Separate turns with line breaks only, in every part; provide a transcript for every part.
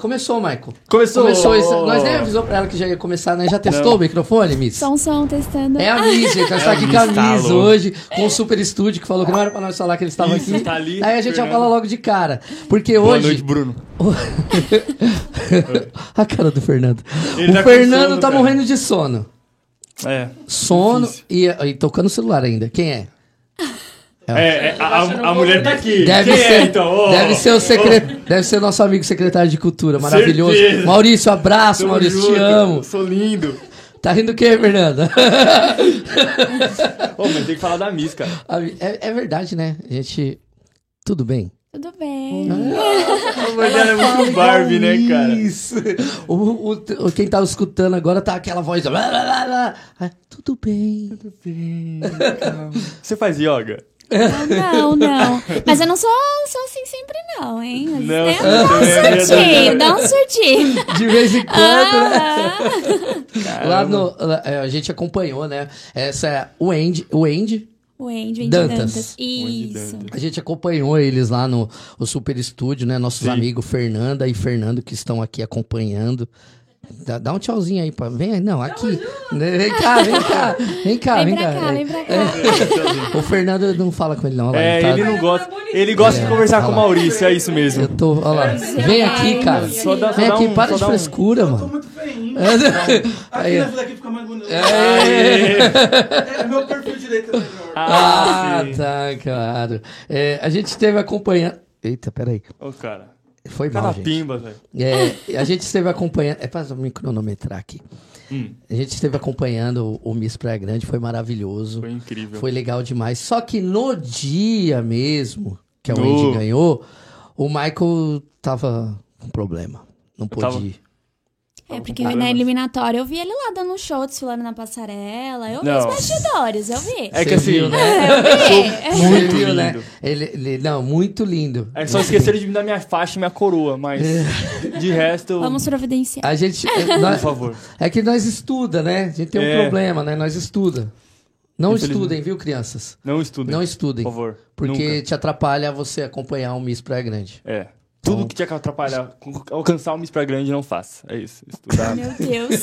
começou, Michael.
Começou!
Começou isso. Nós nem avisou pra ela que já ia começar, né? Já testou o microfone, Miss?
Som, um som, testando.
É a Miss, gente. Nós
É
tá
a
aqui
Miss,
com a
tá
Miss
louco.
hoje, com o super estúdio que falou que não era pra nós falar que eles estavam
Isso,
aqui.
tá ali,
Aí a gente já
Fernando.
fala logo de cara. Porque
Boa
hoje.
noite, Bruno.
a cara do Fernando.
Ele
o
tá com
Fernando
sono,
tá
cara.
morrendo de sono.
É.
Sono e, e tocando o celular ainda. Quem é?
É, é, a, a- a mulher tá aqui.
Deve
Quem
ser,
é, então? Ô,
deve ser o secre- deve ser nosso amigo secretário de cultura, maravilhoso.
Certeza.
Maurício, abraço,
tamo
Maurício, te
junto,
amo.
Sou lindo.
Tá rindo o quê, Fernanda?
Ô, mas tem que falar da Miss, cara.
é, é verdade, né? A gente tudo bem. Ah,
Tudo bem.
Hum.
A mãe dela é muito Barbie, né, cara?
Isso. O, o- o- quem tá escutando agora tá aquela voz. blá, blá, blá, blá. Ah, Tudo bem.
Você faz yoga?
Não, não. Mas eu não sou, sou assim sempre, não, hein? Às
Não,
vezes
você
dá um
também é verdade.
surtinho, dá um surtinho.
De vez em quando, né?
Ah,
Lá no, lá- é, a gente acompanhou, né? Essa é o Andy, o Andy,
o Andy, o Andy
Dantas.
Dantas. Isso.
Dantas.
a gente acompanhou eles lá no o Super Estúdio, né? Nossos
Sim.
amigos Fernanda e Fernando que estão aqui acompanhando. Dá, dá um tchauzinho aí, pra, vem aí, não, aqui. Vem cá, vem cá, vem cá,
Vem
Ah, vem
pra cá,
cá. é,
vem pra cá.
O Fernando não fala com ele, não. Olha lá,
É,
ele tá-
ele não gosta. Ele gosta de conversar com o Maurício, é isso mesmo.
Eu tô, olha lá. Vem aqui, cara.
Só dá- só
Vem
dá
aqui,
um-
para
só um-
de
dá um-
frescura,
Tô
mano.
muito feinho.
Aí, É.
Aqui na daqui fica mais bonito.
Aê.
É, meu perfil direito é melhor.
Ah,
Ah, sim.
tá, claro. É, a gente esteve acompanhando. Eita, peraí.
Ô, cara.
Foi mal,
Cara
gente.
pimba, velho.
É, a gente esteve acompanhando. É pra me cronometrar aqui.
Hum.
A gente esteve acompanhando o, o Miss Praia Grande, foi maravilhoso.
Foi incrível.
Foi legal demais. Só que no dia mesmo que a
No.
Wendy ganhou, o Michael tava com problema. Não
Eu tava-
pôde ir.
É porque
Caramba.
na eliminatória eu vi ele lá dando um show, desfilando na passarela. Eu vi
Não.
os bastidores, eu vi. É.
É que
Você
assim, é,
viu, né?
Eu vi.
muito
Viu,
lindo.
né? Ele, ele- não, muito lindo.
É que só esqueceram de me dar minha faixa e minha coroa, mas
É.
de resto, eu-
Vamos providenciar.
A gente.
por
nós-
favor.
é que nós estuda, né? A gente tem um
É.
problema, né? Nós estuda. Não
Infelizmente.
estudem, viu, crianças?
Não estudem.
Não estudem.
Por favor.
Porque
Nunca.
te atrapalha você acompanhar um Miss Praia Grande.
É. Tudo
Então-
que tinha que atrapalhar, con- alcançar o Miss pra grande, não faça. É isso. Estudar.
Meu Deus.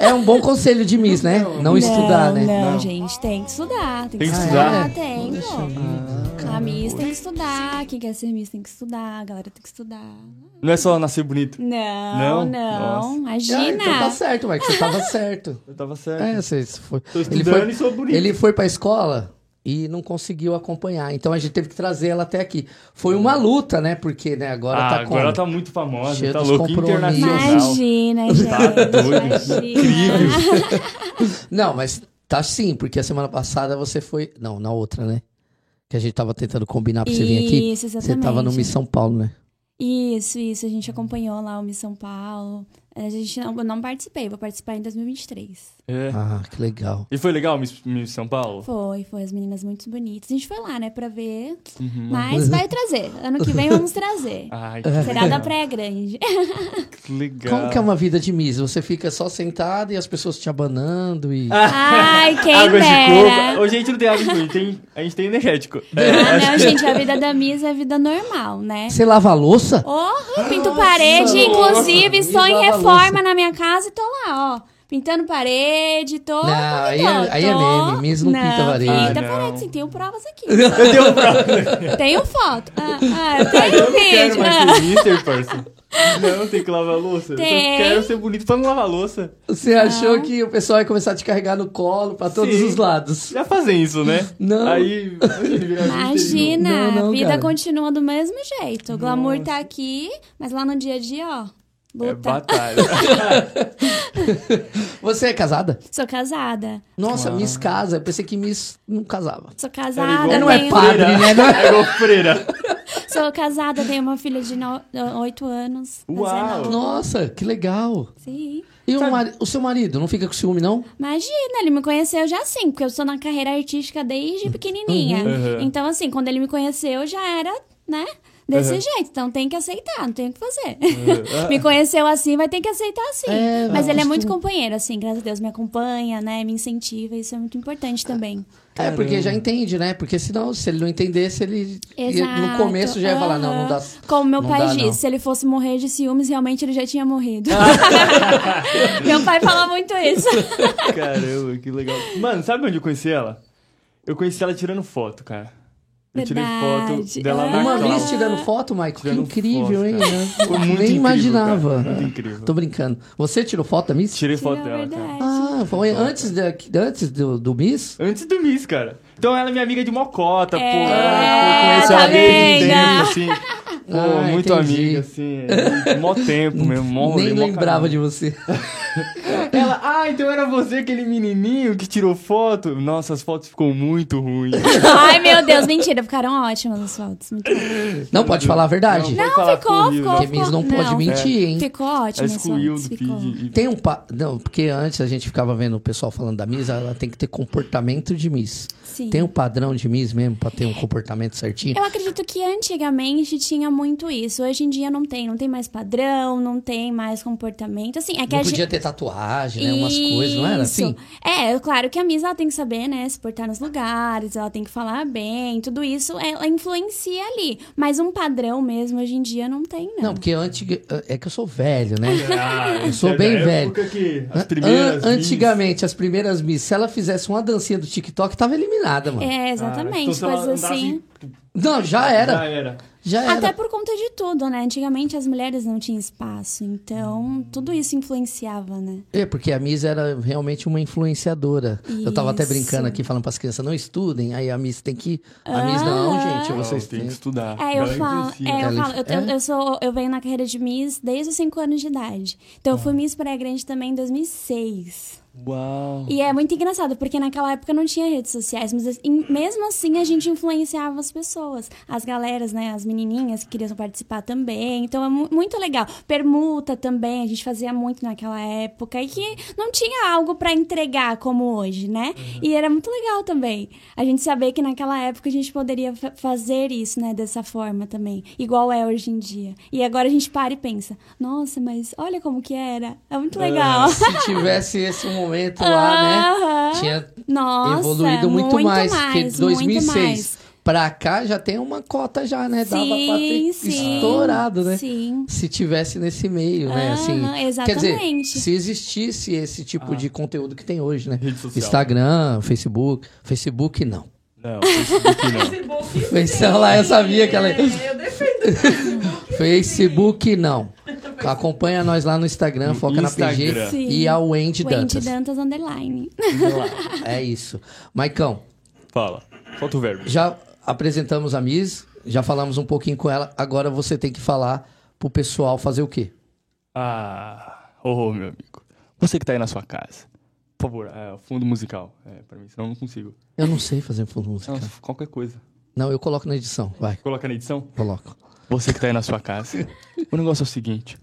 É um bom conselho de Miss, né? Não, estudar, né?
Não,
Não.
gente, tem que estudar. Tem que
Tem que
estudar, Ah,
estudar?
tem. pô. a Miss tem que estudar. Quem quer ser Miss tem que estudar. A galera tem que estudar.
Não é só nascer bonito. Não?
Não, não.
Ah,
Imagina.
então tá certo, Mike. Você tava certo.
Eu tava certo.
É, você você foi.
Tô
Ele
estudando e
foi,
sou bonito.
ele foi pra escola e não conseguiu acompanhar. Então a gente teve que trazer ela até aqui. Foi uma luta, né? Porque né, agora
ah,
tá com.
agora ela tá muito famosa,
Cheio
tá
dos
louco,
compromissos.
internacional.
Imagina,
Tá doido.
gente. Imagina.
Não, mas tá sim, porque a semana passada você foi. Não, na outra, né? Que a gente tava tentando combinar pra você vir aqui.
Isso,
Você tava no
exatamente.
Miss São Paulo, né?
Isso, isso. A gente acompanhou lá o Miss São Paulo. A gente não, eu não participei, vou participar em 2023.
É.
Ah, que legal.
E foi legal Miss, Miss São Paulo?
Foi, foi. As meninas muito bonitas. A gente foi lá, né, pra ver. Mas vai trazer. Ano que vem vamos trazer.
Ai, que
Será da
legal.
Praia Grande.
Que legal.
É. Como que é uma vida de Miss? Você fica só sentada e as pessoas te abanando e.
Ah. Ai, quem
Água de
dera.
coco. Hoje a gente não tem água de coco, tem, a gente tem energético.
Ah, não, gente, a vida da Miss é vida normal, né?
Você lava a louça?
Oh, pinto parede, inclusive,
Miss
estou em
lava louça.
reforma na minha casa e tô lá, ó. Pintando parede, tô.
Não, aí é-
tô,
aí é
tô.
meme, Miss não pinta parede.
Pinta
Ah, não.
parede, sim, tenho provas aqui. Eu tenho provas. tenho foto. Ah, ah, eu tenho
Eu não quero
vídeo.
mais
Ah,
ser Mister, parça. Não, tem que lavar a louça. Eu
Tem.
só quero ser bonito pra não lavar a louça.
Você achou que o pessoal ia começar a te carregar no colo pra todos
Sim.
os lados?
Já fazem isso, né?
Não.
Aí.
Ah, Imagina,
Não, não,
a vida
cara.
continua do mesmo jeito. O glamour tá aqui, mas lá no dia a dia, ó.
É
Luta.
batalha.
Você é casada?
Sou casada.
Nossa, Miss casa. Eu pensei que Miss não casava.
Sou
Era igual
casada.
uma
Não é
tenho-
padre, né? Não
É igual freira.
Sou casada, tenho uma filha de 8 anos.
Uau.
19.
Nossa, que legal.
Sim.
E o, mari- o seu marido não fica com ciúme, não?
Imagina, ele me conheceu já assim, porque eu sou na carreira artística desde pequenininha.
Uhum. Uhum.
Então, assim, quando ele me conheceu, já era, né? desse
Uhum.
jeito. Então tem que aceitar, não tem o que fazer.
Uhum.
me conheceu assim, vai ter que aceitar assim.
É,
Mas ele é
acostuma.
muito companheiro, assim, graças a Deus, me acompanha, né? Me incentiva, isso é muito importante também.
É, porque já entende, né? Porque senão, se ele não entendesse, ele ia-
Exato.
no começo já ia falar, não, não dá.
aham. Como meu
não
pai
dá,
disse,
não.
se ele fosse morrer de ciúmes, realmente ele já tinha morrido.
Ah.
meu pai fala muito isso.
Caramba, que legal. Mano, sabe onde eu conheci ela? Eu conheci ela tirando foto, cara. Eu tirei
Verdade.
foto dela
Ah.
na
é Uma
Cláudia.
vez tirando foto, Michael, que
Tirando
incrível,
foto,
hein? Né?
cara. Foi muito
Nem
incrível,
imaginava.
cara. Muito incrível.
Tô brincando. Você tirou foto da Miss?
Tirei foto
Não,
dela, cara.
verdade.
Ah, foi antes, da, antes do, do Miss?
Antes do Miss, cara. Então ela é minha amiga de mocota, pô.
É,
Eu conheço
tá
ela desde
vendo?
tempo, assim. Pô,
Ah,
muito
entendi.
amiga, assim. é, Mó tempo mesmo, mó rolê,
Nem
mó
lembrava
caramba.
de você.
Ela, ah, então era você aquele menininho que tirou foto? Nossa, as fotos ficou muito ruins.
Ai, meu Deus, mentira, ficaram ótimas as fotos. Muito bom.
Não, pode falar a verdade.
Não,
Não,
falar
ficou,
horrível.
ficou.
Porque Miss não
ficou-
pode mentir, hein?
Ficou ótimo
né? Ela
as
excluiu
fotos,
do
ficou.
feed. e-
Tem um pa... Não, porque antes a gente ficava vendo o pessoal falando da Miss, ela tem que ter comportamento de Miss.
Sim.
Tem um padrão de Miss mesmo pra ter um comportamento certinho?
Eu acredito que antigamente tinha muito isso. Hoje em dia não tem. Não tem mais padrão, não tem mais comportamento. Assim, é que
Não
a gente...
podia ter tatuagem, né? Umas coisas, não era
Isso.
assim?
É, claro que a Miss ela tem que saber, né, se portar nos lugares, ela tem que falar bem, tudo isso é, ela influencia ali. Mas um padrão mesmo hoje em dia não tem, não.
Não, porque antes. É que eu sou velho, né?
Ah,
Eu sou
isso é
bem
da
velho.
época que
An-
as primeiras Ah,
an-
Miss-
antigamente, as primeiras Miss, se ela fizesse uma dancinha do TikTok, tava eliminada, mano.
É,
Ah, então
exatamente,
se ela
coisas
andasse,
assim.
Não, já
Já é.
era.
era.
Já É, era.
Até por conta de tudo, né? Antigamente as mulheres não tinham espaço, então tudo isso influenciava, né?
É, porque a Miss era realmente uma influenciadora. Eu tava até
Isso.
brincando aqui, falando pras crianças, não estudem. Aí a Miss tem que. A Miss, não,
Ah.
gente,
Não,
vocês
tem
têm.
que estudar.
É, eu
Ela
falo,
influencia.
é, eu,
Ela
falo eu, tenho-
é?
eu sou, eu venho na carreira de Miss desde os 5 anos de idade. Então eu
Ah.
fui Miss Praia Grande também em 2006.
Uau.
E é muito engraçado, porque naquela época não tinha redes sociais, mas assim, mesmo assim a gente influenciava as pessoas, as galeras, né, as menininhas que queriam participar também. Então é mu- muito legal. Permuta também, a gente fazia muito naquela época e que não tinha algo pra entregar como hoje, né?
Uhum.
E era muito legal também. A gente saber que naquela época a gente poderia fa- fazer isso, né, dessa forma também, igual é hoje em dia. E agora a gente para e pensa: "Nossa, mas olha como que era". É muito legal.
Se tivesse esse momento lá, né?
Aham.
Tinha
Nossa,
evoluído muito, mais. Porque de
muito
2006
mais.
pra cá já tem uma cota já, né? Dava pra ter
Sim, sim.
estourado, né?
Sim.
Se tivesse nesse meio, né? Assim,
Aham,
Quer dizer,
exatamente.
se existisse esse tipo de conteúdo que tem hoje, né?
Ah. Rede social.
Instagram, Facebook. Facebook não.
Não, é Facebook não.
Facebook.
Pensando lá, eu sabia que ela-
É, eu defendo o Facebook.
Facebook não. Acompanha nós lá no Instagram,
No
foca na
Instagram.
PG
Sim.
e a Wendy
Wendy
Dantas.
Dantas Underline.
É isso. Maicão,
Fala. Falta o verbo.
já apresentamos a Miss, já falamos um pouquinho com ela, agora você tem que falar pro pessoal fazer o quê?
Ah, ô meu amigo. Você que tá aí na sua casa, por favor, é, fundo musical. É, pra mim, senão eu não consigo.
Eu não sei fazer fundo musical.
Não, qualquer coisa.
Não, eu coloco na edição, vai,
Coloca na edição.
coloco.
Você que tá aí na sua casa. o negócio é o seguinte.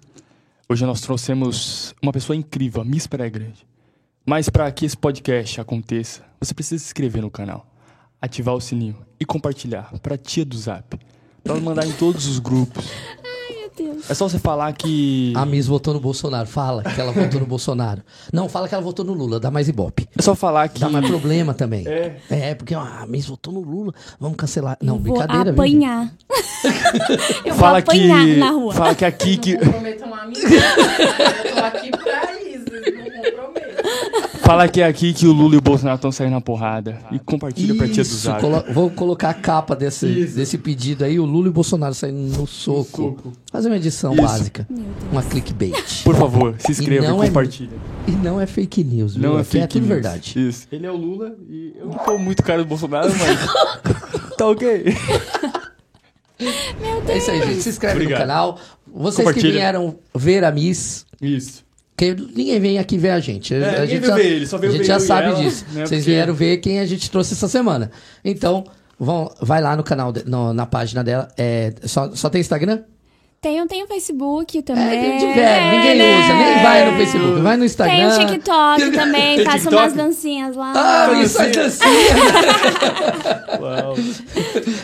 Hoje nós trouxemos uma pessoa incrível, a Miss Praia Grande. Mas para que esse podcast aconteça, você precisa se inscrever no canal, ativar o sininho e compartilhar pra tia do Zap. Pra ela mandar em todos os grupos.
Meu Deus.
É só você falar que...
A Miss votou no Bolsonaro, fala que ela votou no Bolsonaro. Não, fala que ela votou no Lula, dá mais ibope.
É só falar que...
Dá mais problema também.
É.
É, porque ó, a Miss votou no Lula, vamos cancelar. Não,
Eu vou
brincadeira. viu, gente?
apanhar. eu vou apanhar na rua.
Fala que aqui que...
Não comprometam a minha. né? Eu tô aqui pra isso. Não comprometam.
Fala que é aqui que o Lula e o Bolsonaro estão saindo na porrada. E compartilha pra tia do
Isso,
Zap.
colo- vou colocar a capa desse,
Isso.
desse pedido aí, o Lula e o Bolsonaro saindo no soco.
soco.
Fazer uma edição
Isso.
básica.
Meu Deus.
Uma clickbait.
Por favor, se inscreva e,
não é-
compartilha.
E não é fake news, viu?
Não é
Aqui
fake
é tudo
news.
verdade.
Isso. Ele é o Lula e eu não sou muito cara do Bolsonaro, mas. tá ok.
É isso aí, gente. Se inscreve
Obrigado.
no canal. Vocês que
Compartilha.
vieram ver a Miss.
Isso.
Que ninguém vem aqui ver a gente. a
É, ninguém
gente
veio ver ele, só
a
veio
gente
ver
já
eu e
sabe
ela,
disso.
né,
Vocês
porque-
vieram ver quem a gente trouxe essa semana. Então, vão, vai lá no canal, de- no- na página dela. É, só, só tem Instagram?
Tem, um, tem o Facebook também. É.
É, gente velho, ninguém usa, nem vai no Facebook, vai no
Né, Tem
Instagram.
o TikTok também,
Tem
faço
TikTok?
umas dancinhas lá.
Ah, isso é dancinha.
Uau.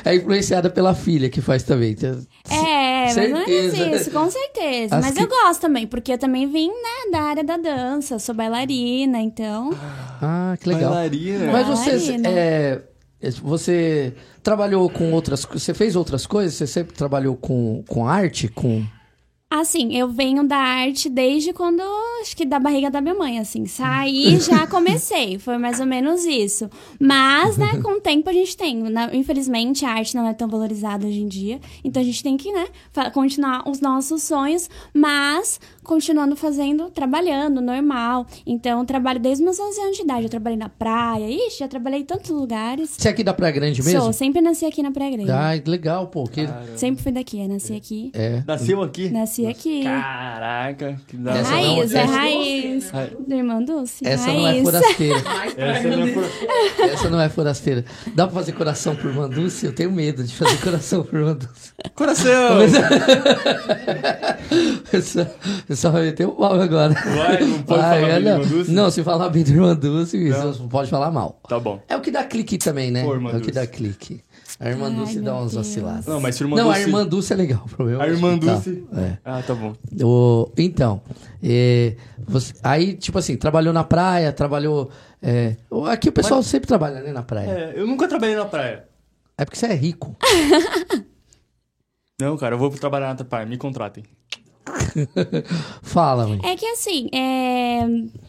É influenciada pela filha que faz também.
É, mas não é
Certeza.
isso, com certeza.
As
mas
que-
eu gosto também, porque eu também vim, né, da área da dança, sou bailarina, então.
Ah, que legal.
Bailarina.
Mas você,
Bailarina.
é, você trabalhou com outras co- Você fez outras coisas? Você sempre trabalhou com, com arte? Com...
Assim, eu venho da arte desde quando, acho que da barriga da minha mãe, assim. Saí e já comecei, foi mais ou menos isso. Mas, né, com o tempo a gente tem. na- infelizmente, a arte não é tão valorizada hoje em dia. Então a gente tem que, né, fa- continuar os nossos sonhos, mas continuando fazendo, trabalhando, normal. Então, eu trabalho desde meus 11 anos de idade. Eu trabalhei na praia, ixi, já trabalhei em tantos lugares.
Você é aqui da Praia Grande
Sou,
mesmo?
sempre nasci aqui na Praia Grande.
Ah, que legal, pô. Que...
Sempre fui daqui, eu nasci aqui.
É.
Nasceu aqui?
Nasci aqui.
Caraca, que da
Essa não-
Raiz, é
essa-
raiz. Do Irmão Dulce?
Essa
raiz.
não é forasteira.
Mais pra
Essa é a minha
mim.
pro-
Essa não é forasteira. Dá pra fazer coração por Mandúcia? Eu tenho medo de fazer coração por Mandúcia.
Coração!
Eu só, eu só vai meter o pau agora. é,
Vai, não pode falar bem de
não.
Mandúcia?
Não, se falar bem de Mandúcia, você não pode falar mal.
Tá bom.
É o que dá clique também, né?
Por
é o que
Mandúcia.
dá clique. A irmã
Ai,
Dulce dá
meu
uns
Deus.
vacilados.
Não, mas se a irmã
Não, a
Dulce-
irmã Dulce é legal. O problema
A
é
irmã
que tá.
Dulce.
É.
Ah, tá bom.
O- então, é, você- aí, tipo assim, trabalhou na praia, trabalhou. é, aqui o pessoal sempre trabalha, né, na praia.
É, eu nunca trabalhei na praia.
É. porque você é rico.
Não, cara, eu vou trabalhar na praia, me contratem.
Fala, mãe.
É que assim, é,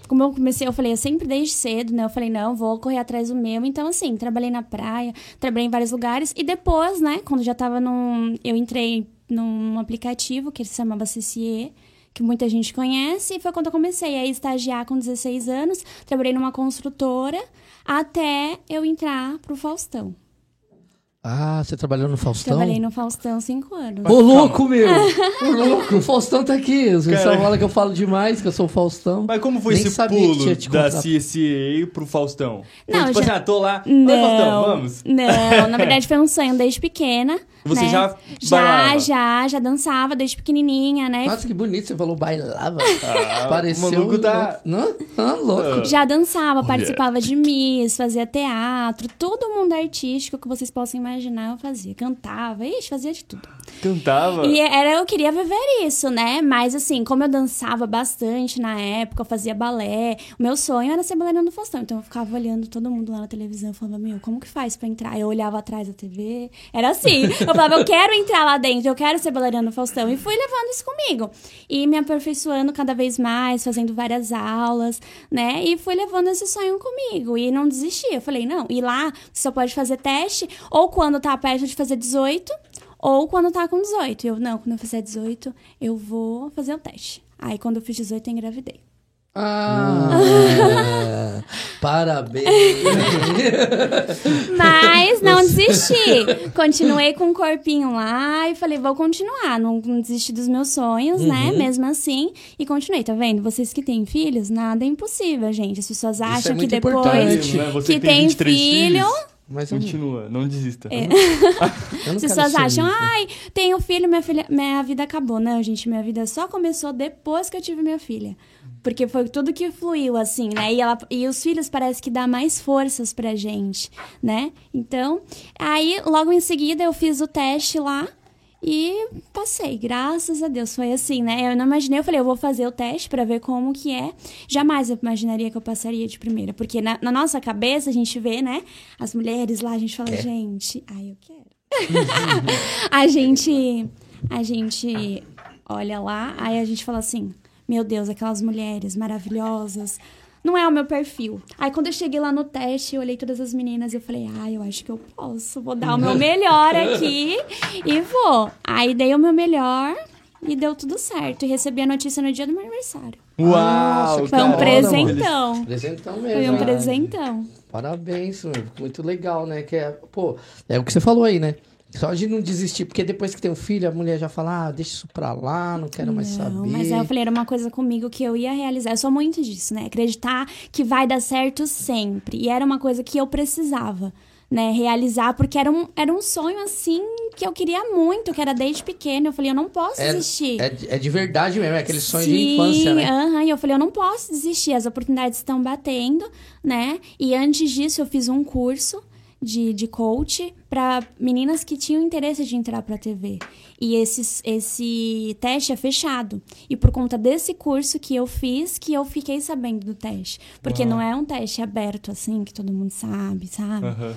como eu comecei, eu falei, eu sempre desde cedo, né? Eu falei, não, vou correr atrás do meu. Então, assim, trabalhei na praia, trabalhei em vários lugares. E depois, né, quando já tava num. Eu entrei num aplicativo que se chamava CCE. Que muita gente conhece, e foi quando eu comecei a estagiar com 16 anos. Trabalhei numa construtora até eu entrar pro Faustão.
Ah, você trabalhou no Faustão?
Trabalhei no Faustão cinco anos.
Ô, louco, meu! Ô, louco! O Faustão tá aqui. O pessoal fala que eu falo demais, que eu sou o Faustão.
Mas como foi
Nem
esse
sabia que
pulo
tinha te
da
contratado.
CCA pro Faustão?
Não,
eu, tipo
já-
assim, ah, tô lá. Oi, Faustão,
Não,
vamos.
não, na verdade foi um sonho desde pequena.
Você
né?
já
Já,
bailava?
já, já dançava desde pequenininha, né?
Nossa, que bonito, você falou bailava.
Ah,
Pareceu.
O maluco tá.
Não, não, louco.
Já dançava,
Olha.
participava de miss, fazia teatro, todo mundo artístico que vocês possam imaginar eu fazia. Cantava, ixi, fazia de tudo.
Cantava.
E era, eu queria viver isso, né? Mas assim, como eu dançava bastante na época, eu fazia balé, o meu sonho era ser bailarina do Faustão. Então eu ficava olhando todo mundo lá na televisão, eu falava, meu, como que faz pra entrar? Eu olhava atrás da TV, era assim. Eu falava, eu quero entrar lá dentro, eu quero ser bailarina do Faustão. E fui levando isso comigo. E me aperfeiçoando cada vez mais, fazendo várias aulas, né? E fui levando esse sonho comigo. E não desisti. Eu falei, não, e lá você só pode fazer teste ou quando tá perto de fazer 18 ou quando tá com 18. Eu, não, quando eu fizer 18, eu vou fazer o teste. Aí, quando eu fiz 18, eu engravidei.
Ah, parabéns.
Mas não desisti. Continuei com o corpinho lá e falei, vou continuar. Não, não desisti dos meus sonhos, né?
Uhum.
Mesmo assim. E continuei, tá vendo? Vocês que têm filhos, nada é impossível, gente. As pessoas acham
é
que
muito
depois
importante.
Né? Você
que
tem
tem
23
filho, É.
filhos?
Mas eu, não-
Continua, não desista.
eu não
As
quero
pessoas
ser
acham, "Ah,
rico.
ai, tenho um filho, minha, filha, minha vida acabou. Não, gente, minha vida só começou depois que eu tive minha filha. Porque foi tudo que fluiu, assim, né? E, ela, e os filhos parece que dá mais forças pra gente, né? Então, aí, logo em seguida, eu fiz o teste lá e passei, graças a Deus. Foi assim, né? Eu não imaginei, eu falei, eu vou fazer o teste pra ver como que é. Jamais eu imaginaria que eu passaria de primeira. Porque na, na nossa cabeça a gente vê, né? As mulheres lá, a gente
É.
fala, gente, ai, eu quero a gente a gente olha lá, aí a gente fala assim: "Meu Deus, aquelas mulheres maravilhosas. Não é o meu perfil". Aí quando eu cheguei lá no teste, eu olhei todas as meninas e eu falei: "Ah, eu acho que eu posso. Vou dar o meu melhor aqui e vou". Aí dei o meu melhor e deu tudo certo e recebi a notícia no dia do meu aniversário.
Uau!
Nossa,
Foi um
Caramba,
presentão.
Presentão mesmo.
Foi um
né?
presentão.
Parabéns, mano. muito legal, né? Que é, pô, é o que você falou aí, né? Só de não desistir, porque depois que tem um filho, a mulher já fala, ah, deixa isso pra lá, não quero mais saber.
mas aí eu falei, era uma coisa comigo que eu ia realizar. Eu sou muito disso, né? Acreditar que vai dar certo sempre. E era uma coisa que eu precisava, né, realizar, porque era um, era um sonho assim que eu queria muito, que era desde pequena. Eu falei, eu não posso
É,
desistir.
é, de- é de verdade mesmo, é aquele sonho de
Sim, é
infância, né?
aham, e eu falei, eu não posso desistir, as oportunidades estão batendo, né? E antes disso, eu fiz um curso de, de coach para meninas que tinham interesse de entrar para TV. E esse, esse teste é fechado. E por conta desse curso que eu fiz, que eu fiquei sabendo do teste. Porque
Uau.
não é um teste aberto, assim, que todo mundo sabe, sabe?
Aham.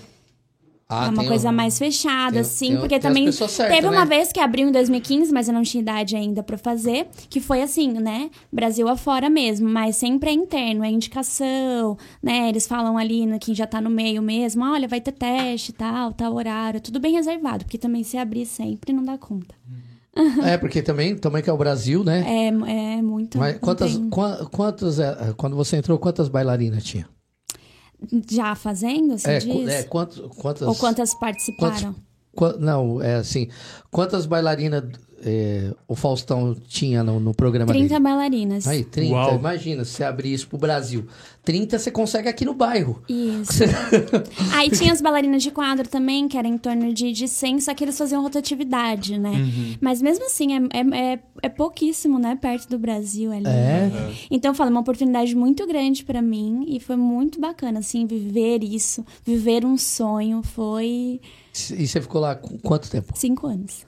Ah,
é uma
tem
coisa
um-
mais fechada,
tem-
assim,
tem- tem
porque
as
também
pessoas certas,
teve
né?
uma vez que abriu em 2015, mas eu não tinha idade ainda pra fazer, que foi assim, né? Brasil afora mesmo, mas sempre é interno, é indicação, né? Eles falam ali no quem já tá no meio mesmo, olha, vai ter teste, tal, tal horário, tudo bem reservado, porque também se abrir sempre não dá conta.
É, porque também, também que é o Brasil, né?
É, é muito.
Mas
não
quantas,
tem-
qua- quantas, é, quando você entrou, quantas bailarinas tinha?
já fazendo, se
É,
diz?
qu- é, quantos, quantas...
Ou quantas participaram?
qua- não, é assim, quantas bailarinas é, o Faustão tinha no, no programa
30
dele?
bailarinas.
Aí, 30,
Uau.
imagina, se abrir isso pro Brasil. 30 você consegue aqui no bairro.
Isso.
Você-
Aí tinha as bailarinas de quadro também, que era em torno de, de 100, só que eles faziam rotatividade, né?
Uhum.
Mas mesmo assim, é, é, é, é pouquíssimo, né? Perto do Brasil ali.
É.
Então, eu falo, uma oportunidade muito grande pra mim e foi muito bacana, assim, viver isso, viver um sonho. Foi
E você ficou lá qu- quanto tempo?
cinco anos.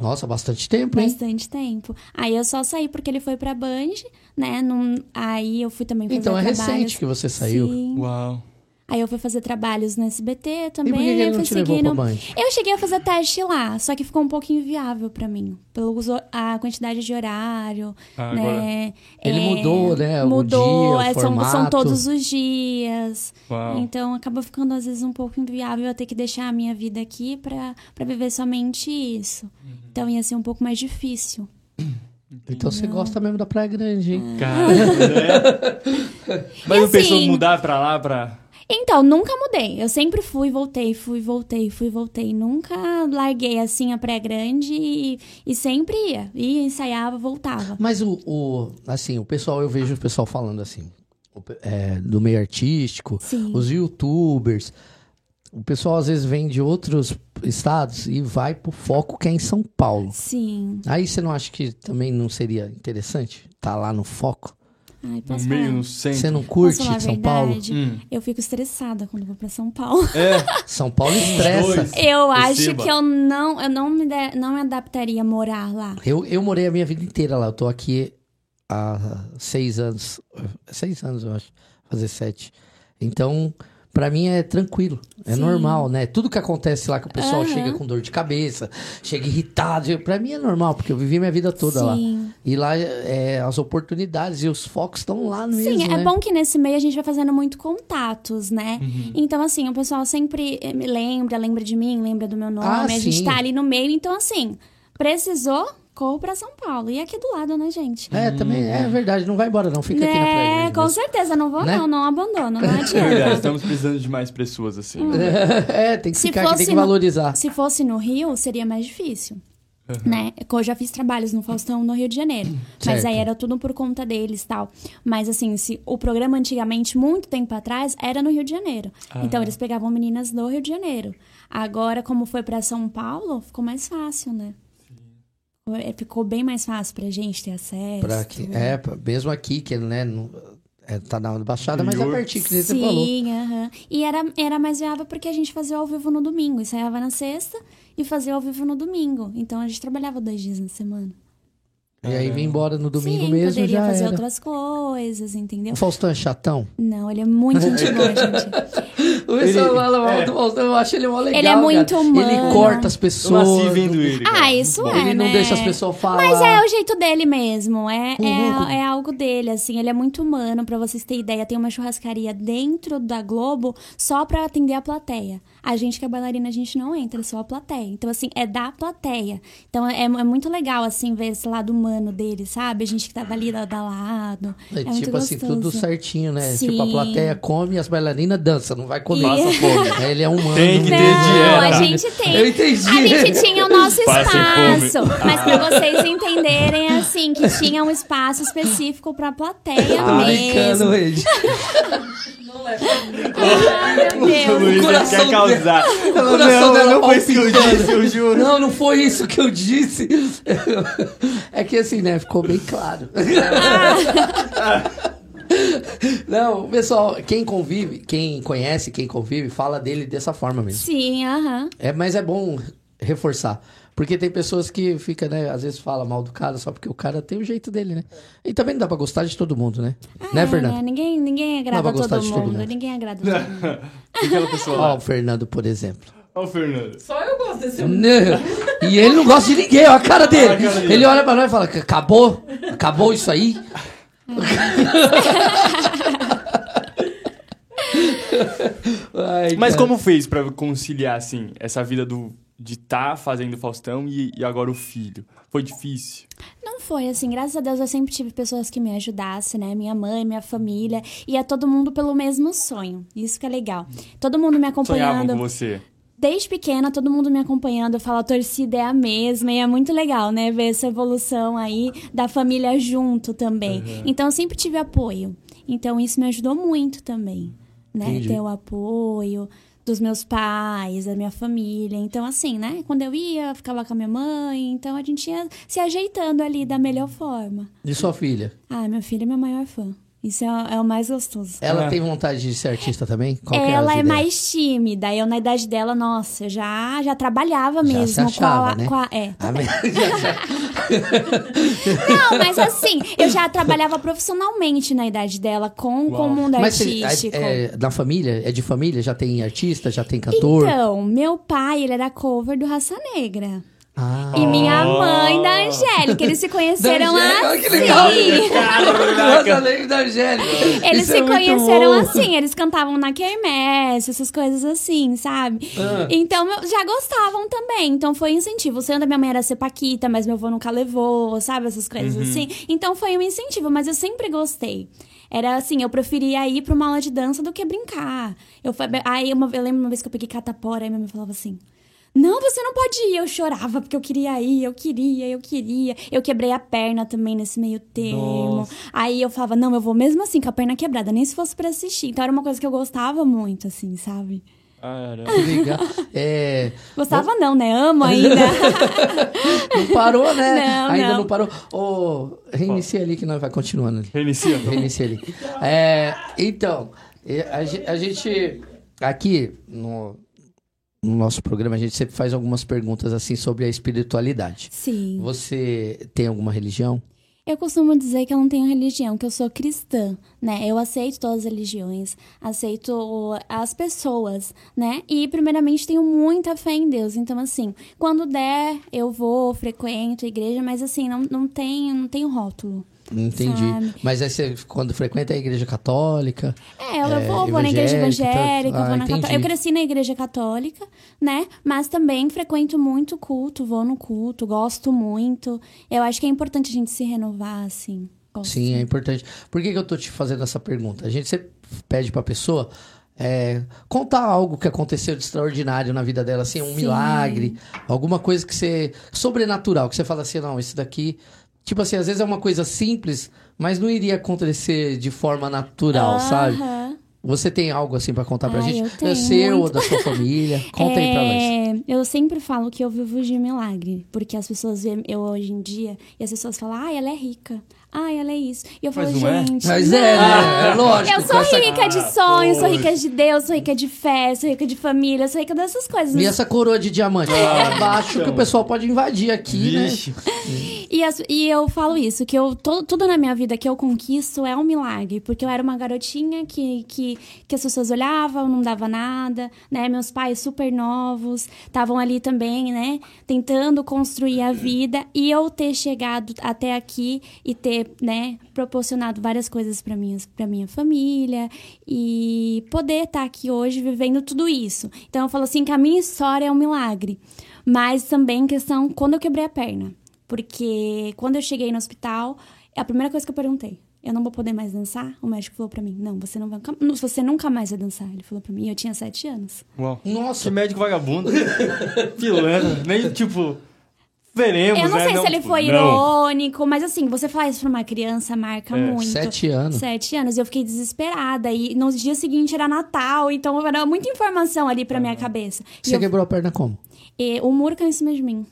Nossa, bastante tempo, hein?
Bastante tempo. Aí eu só saí porque ele foi pra Band, né? Num- aí eu fui também fazer
então é
trabalhos.
recente que você saiu.
Sim.
Uau.
Aí eu fui fazer trabalhos no SBT
E
também.
por que que ele
eu
não
fui
te levou pra
seguindo-
Band?
Eu cheguei a fazer teste lá, só que ficou um pouco inviável pra mim. Pelo uso- a quantidade de horário,
Ah,
né?
Ele mudou, né, o
Mudou,
dia, o
é, são, são
formato.
todos os dias.
Uau.
Então acaba ficando às vezes um pouco inviável eu ter que deixar a minha vida aqui pra, pra viver somente isso. Então ia ser um pouco mais difícil.
Então você gosta mesmo da Praia Grande,
Ah.
hein?
Caramba, né? Mas não
Então. assim-
pensou em mudar pra lá, pra...
Então, nunca mudei. Eu sempre fui, voltei, fui, voltei, fui, voltei. Nunca larguei assim a pré-grande e, e sempre ia. Ia, ensaiava, voltava.
Mas o, o- assim, o pessoal, eu vejo o pessoal falando assim, o pe- é, do meio artístico,
Sim.
os youtubers. O pessoal às vezes vem de outros estados e vai pro foco que é em São Paulo.
Sim.
Aí você não acha que também não seria interessante estar lá no foco?
Ai,
No
posso
meio,
falar?
no centro.
Você não curte
Posso falar a
São Paulo?
verdade?
Hum.
Eu fico estressada quando vou pra São Paulo.
É,
São Paulo estressa.
dois.
Eu acho
Perceba.
que eu não, eu não me, de- não me adaptaria a morar lá.
Eu, eu morei a minha vida inteira lá. Eu tô aqui há seis anos. Seis anos, eu acho. Fazer sete. Então, pra mim é tranquilo. É
Sim.
normal, né? Tudo que acontece lá que o pessoal
Aham.
chega com dor de cabeça, chega irritado. eu- Pra mim é normal, porque eu vivi minha vida toda lá.
Sim.
E lá é, as oportunidades e os focos estão lá mesmo.
Sim, é
né?
bom que nesse meio a gente vai fazendo muito contatos, né?
Uhum.
Então, assim, o pessoal sempre eh, me lembra, lembra de mim, lembra do meu nome,
Ah,
a
sim.
gente tá ali no meio. Então, assim, precisou, corro pra São Paulo. E aqui do lado, né, gente?
É, também é verdade. Não vai embora, não. Fica aqui na
Hum. É,
praia. Grande
com
mesmo.
certeza, não vou
Né?
não, não abandono, não
É verdade,
adianta.
estamos precisando de mais pessoas assim.
Hum.
É, tem que
Se
ficar aqui, tem
fosse
que
no-
valorizar.
Se fosse no Rio, seria mais difícil. Né? Que Eu já fiz trabalhos no Faustão no Rio de Janeiro. Mas
Certo.
aí era tudo por conta deles tal. Mas assim, se, o programa antigamente, muito tempo atrás, era no Rio de Janeiro. Então eles pegavam meninas do Rio de Janeiro. Agora, como foi pra São Paulo, ficou mais fácil, né? Foi- Ficou bem mais fácil pra gente ter acesso.
Pra que,
tudo.
é, pra- mesmo aqui, que né, não, é, tá na baixada, mas é
Interior.
pertinho que nem você
Sim,
falou.
aham. E era, era mais viável porque a gente fazia ao vivo no domingo. Ensaiava na sexta e fazia ao vivo no domingo. Então a gente trabalhava dois dias na semana.
E aí vim embora no domingo
Sim,
mesmo
poderia
já
fazer
era.
outras coisas, entendeu?
O Faustão é chatão?
Não, ele é muito gente boa, gente.
O pessoal fala mal do Faustão, eu acho ele mó legal,
Ele é muito
cara. Ele
humano.
corta as
é. Eu nasci
pessoas.
vendo ele. cara.
Ah, isso é,
Ele não
né?
deixa as pessoas falar.
Mas é o jeito dele mesmo, é,
Uhum.
é, é algo dele, assim, ele é muito humano, pra vocês terem ideia, tem uma churrascaria dentro da Globo só pra atender a plateia. A gente que é bailarina, a gente não entra, é só a plateia. Então, assim, é da plateia. Então, é, é muito legal, assim, ver esse lado humano dele, sabe? A gente que tava ali lado a lado, é,
É
muito
tipo assim,
gostoso.
tudo certinho, né?
Sim.
Tipo, a plateia come, as bailarinas dançam, não vai comer.
Passa fome.
Ele é humano.
Tem que ter
né?
Não,
dieta.
a gente tem.
Eu entendi.
A gente tinha o nosso
Passem
espaço. Mas pra vocês entenderem, assim, que tinha um espaço específico pra plateia
Tá brincando,
mesmo.
Rede.
Não leva muito.
é
Ai, meu Deus.
Luísa
coração
quer causar.
O coração
não,
dela
não foi isso que eu
palpitando.
disse, eu juro.
Não, não foi isso que eu disse. É que assim, né? Ficou bem claro. Não, pessoal, quem convive, quem conhece, quem convive, fala dele dessa forma mesmo.
Sim, aham.
É, mas é bom reforçar. Porque tem pessoas que fica, né, às vezes fala mal do cara só porque o cara tem o jeito dele, né? E também não dá pra gostar de todo mundo, né? né,
É,
Fernando?
Ninguém, ninguém agrada
vai gostar
todo
de
mundo.
todo mundo.
Ninguém agrada todo mundo.
Aquela pessoa
Ó,
lá.
o Fernando, por exemplo.
Ó o Fernando.
Só eu gosto desse homem.
Não. E ele não gosta de ninguém, olha a cara
Olha a
dele.
cara dele.
Ele olha pra nós e fala: acabou? Acabou isso aí? Ai,
Mas
cara.
como fez pra conciliar, assim, essa vida do, de tá fazendo Faustão e, e agora o filho? Foi difícil?
Não foi assim, graças a Deus eu sempre tive pessoas que me ajudassem, né? Minha mãe, minha família. E é todo mundo pelo mesmo sonho. Isso que é legal. Todo mundo me
Sonhavam
acompanhando.
com você?
Desde pequena, todo mundo me acompanhando, eu falo, a torcida é a mesma, e é muito legal, né? Ver essa evolução aí da família junto também. Então, eu sempre tive apoio. Então, isso me ajudou muito também, né?
Entendi.
Ter o apoio dos meus pais, da minha família. Então, assim, né? Quando eu ia, eu ficava com a minha mãe, então a gente ia se ajeitando ali da melhor forma.
E sua filha?
Ah, minha filha é minha maior fã. Isso é, é o mais gostoso.
Ela
Ah.
tem vontade de ser artista também? Qual que
Ela
as
é
ideias?
mais tímida. Eu, na idade dela, nossa, eu já, já trabalhava
Já
mesmo
se achava,
com a.
né?
com a- é.
Ah, mas- já se achava.
Não, mas assim, eu já trabalhava profissionalmente na idade dela com, com
Uau.
o mundo
Mas você-
artístico.
é, é, na família? É de família? Já tem artista? Já tem cantor?
Então, meu pai, ele era cover do Raça Negra.
Ah.
E minha
Oh.
mãe da Angélica. Eles se conheceram
Da Angélica, olha
assim.
que legal! Nossa, lei da Angélica.
Eles
Isso
se
é muito
conheceram
bom.
assim, eles cantavam na quermesse, essas coisas assim, sabe?
Ah.
Então eu- já gostavam também, então foi um incentivo. O sonho da minha mãe era ser paquita, mas meu avô nunca levou, sabe? Essas coisas
Uhum.
assim. Então foi um incentivo, mas eu sempre gostei. Era assim, eu preferia ir pra uma aula de dança do que brincar. Eu, fa- aí uma- eu lembro uma vez que eu peguei catapora, aí minha mãe falava assim... Não, você não pode ir. Eu chorava porque eu queria ir, eu queria, eu queria. Eu quebrei a perna também nesse meio termo.
Nossa.
Aí eu falava, não, eu vou mesmo assim, com a perna quebrada, nem se fosse pra assistir. Então era uma coisa que eu gostava muito, assim, sabe?
Caramba.
Legal. É,
Gostava não, né? Amo ainda.
não parou, né?
Não,
Ainda não,
não.
parou. Ô, reinicia ali que nós vai continuando. ali.
Reinicia. tá bom?
Reinicia ali. É, então, é, a, ge- a gente aqui no, no nosso programa, a gente sempre faz algumas perguntas assim sobre a espiritualidade.
Sim.
Você tem alguma religião?
Eu costumo dizer que eu não tenho religião, que eu sou cristã, né? Eu aceito todas as religiões, aceito as pessoas, né? E, primeiramente, tenho muita fé em Deus. Então, assim, quando der, eu vou, frequento a igreja, mas, assim, não, não, tem, não tem rótulo.
Entendi.
Sabe.
Mas aí você, quando frequenta a igreja católica,
É, eu, eu
É,
vou, vou na igreja
evangélica,
evangélica,
tá?
eu vou na
Ah,
cató-
entendi.
Eu cresci na igreja católica, né? Mas também frequento muito culto, vou no culto, gosto muito. Eu acho que é importante a gente se renovar, assim. Gosto.
Sim, é importante. Por que, que eu tô te fazendo essa pergunta? A gente sempre pede pra pessoa é, contar algo que aconteceu de extraordinário na vida dela, assim, um
Sim.
milagre, alguma coisa que você. sobrenatural, que você fala assim, não, isso daqui. Tipo assim, às vezes é uma coisa simples, mas não iria acontecer de forma natural, sabe?
Aham.
Você tem algo assim pra contar pra
Ah,
gente?
eu
é
tenho
seu ou
muito.
da sua família? Conta aí pra nós.
É, Eu sempre falo que eu vivo de milagre, porque as pessoas veem eu hoje em dia e as pessoas falam, ah, ela é rica. Ah, ela é isso. E eu falo,
Mas não é?
gente.
Mas é, né? É lógico.
Eu
com
sou
essa-
rica de
Ah,
sonhos, sou
poxa.
rica de Deus, sou rica de fé, sou rica de família, sou rica dessas coisas.
E
Mas
essa coroa de diamante?
Ah,
abaixo que
então.
o pessoal pode invadir aqui, né?
Vixe.
E, as- e eu falo isso, que eu, to- tudo na minha vida que eu conquisto é um milagre. Porque eu era uma garotinha que, que, que as pessoas olhavam, não dava nada, né? Meus pais super novos, estavam ali também, né? Tentando construir a vida. E eu ter chegado até aqui e ter, né? Proporcionado várias coisas para minha, pra minha família. E poder estar aqui hoje vivendo tudo isso. Então eu falo assim que a minha história é um milagre. Mas também questão quando eu quebrei a perna. Porque quando eu cheguei no hospital, a é primeira coisa que eu perguntei: eu não vou poder mais dançar? O médico falou pra mim, não, você não vai, você nunca mais vai dançar. Ele falou pra mim, e eu tinha sete anos.
Uau.
Nossa.
Que médico vagabundo. Pilantra. Nem, tipo, veremos,
eu não
né?
sei se ele foi
não.
irônico, mas assim, você falar isso pra uma criança marca
É.
muito.
Sete anos.
Sete anos, eu fiquei desesperada. E no dia seguinte era Natal, então era muita informação ali pra minha cabeça. E
Você
eu-
quebrou a perna como?
e o muro caiu em cima de mim.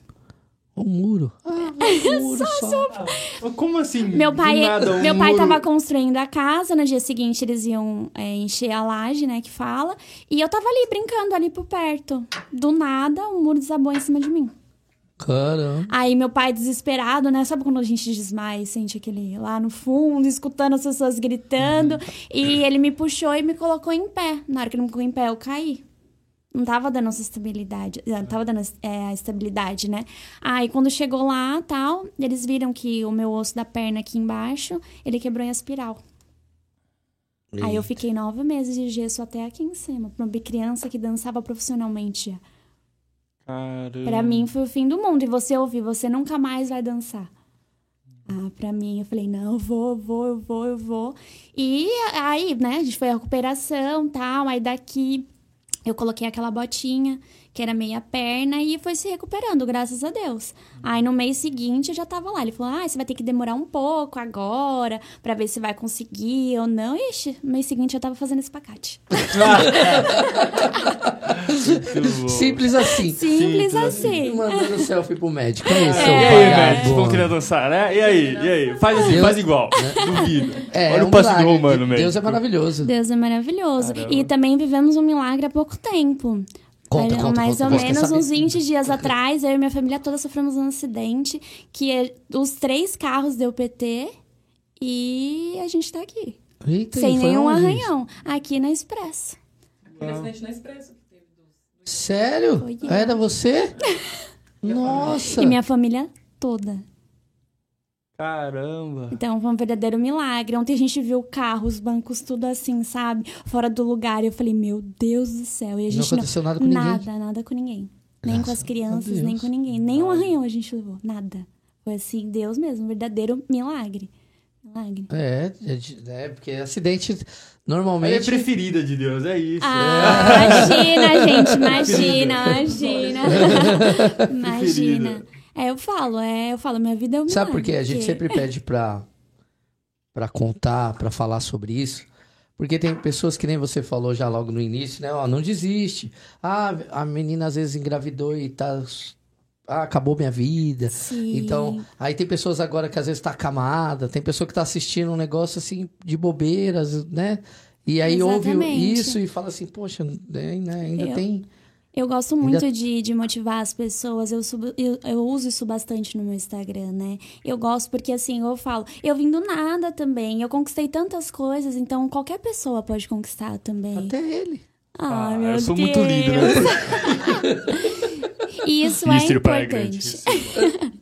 Um muro. Ah,
É
um muro só.
Como assim?
Meu pai, é-
Do nada, um
meu pai
muro-
tava construindo a casa, no dia seguinte eles iam é, encher a laje, né, que fala. E eu tava ali brincando ali por perto. Do nada, o muro desabou em cima de mim.
Caramba.
Aí meu pai desesperado, né? Sabe quando a gente desmaia e sente aquele lá no fundo, escutando as pessoas gritando. E ele me puxou e me colocou em pé. Na hora que ele me colocou em pé, eu caí. Não tava dando essa estabilidade. Não tava dando é, a estabilidade, né? Aí quando chegou lá, tal, eles viram que o meu osso da perna aqui embaixo, ele quebrou em espiral. Aí eu fiquei nove meses de gesso até aqui em cima. Pra uma criança que dançava profissionalmente.
Caramba.
Pra mim foi o fim do mundo. E você ouvir, você nunca mais vai dançar. Ah, pra mim, eu falei, não, eu vou, eu vou, eu vou, eu vou. E aí, né, a gente foi à recuperação tal. Aí daqui eu coloquei aquela botinha, que era meia perna, e foi se recuperando, graças a Deus. Aí no mês seguinte eu já tava lá. Ele falou, ah, você vai ter que demorar um pouco agora, pra ver se vai conseguir ou não. Ixi, no mês seguinte eu tava fazendo espacate.
Muito bom.
Simples assim.
Simples
Simples
assim.
Mandando selfie pro médico. É isso,
E
seu
aí, médico, vão
vagabundo.
querer dançar, né? E aí, e aí? Faz assim,
Eu-
faz igual. Duvido.
É,
Olha
um
o passe do
milagre.
romano, médico.
Deus é maravilhoso.
Deus é maravilhoso. E também vivemos um milagre há pouco tempo.
Conta,
Era
conta,
mais
conta,
ou
conta,
menos
essa-
uns 20 dias atrás, eu e minha família toda sofremos um acidente que é- os três carros deu PT e a gente tá aqui.
Eita,
sem
e foi
nenhum
onde isso?
arranhão. Aqui na Express.
Aquele acidente na Expresso que teve dos
Sério?
Foi eu.
Era você? Nossa.
E minha família toda.
Caramba.
Então foi um verdadeiro milagre. Ontem a gente viu o carro, os bancos, tudo assim, sabe? Fora do lugar. E eu falei, meu Deus do céu. E a
Não
gente
aconteceu nada com
nada,
ninguém.
nada com ninguém. Nem com as crianças,
Deus.
nem com ninguém. Nem um arranhão a gente levou. Nada. Foi assim, Deus mesmo, um verdadeiro milagre. Milagre.
É, é, de- é, porque acidente
Aí é
normalmente.
preferida de Deus, é isso.
Ah, imagina, gente, imagina, imagina. imagina.
Preferida.
É, eu falo, é, eu falo, minha vida é um
Sabe por
milagre,
quê? A gente
porque-
sempre pede pra, pra contar, pra falar sobre isso. Porque tem pessoas que nem você falou já logo no início, né? Ó, não desiste. Ah, a menina às vezes engravidou e tá. Ah, acabou minha vida.
Sim.
Então, aí tem pessoas agora que às vezes tá acamada, tem pessoa que tá assistindo um negócio assim de bobeiras, né? E aí ouve
Exatamente.
isso e fala assim, poxa, né, né, ainda
Eu-
tem.
Eu gosto muito de, de motivar as pessoas, eu, subo- eu, eu uso isso bastante no meu Instagram, né? Eu gosto porque, assim, eu falo, eu vim do nada também, eu conquistei tantas coisas, então qualquer pessoa pode conquistar também.
Até ele.
Ai,
Ah,
meu
eu sou
Deus.
muito lindo, né?
E Isso é
Mister Pai
importante.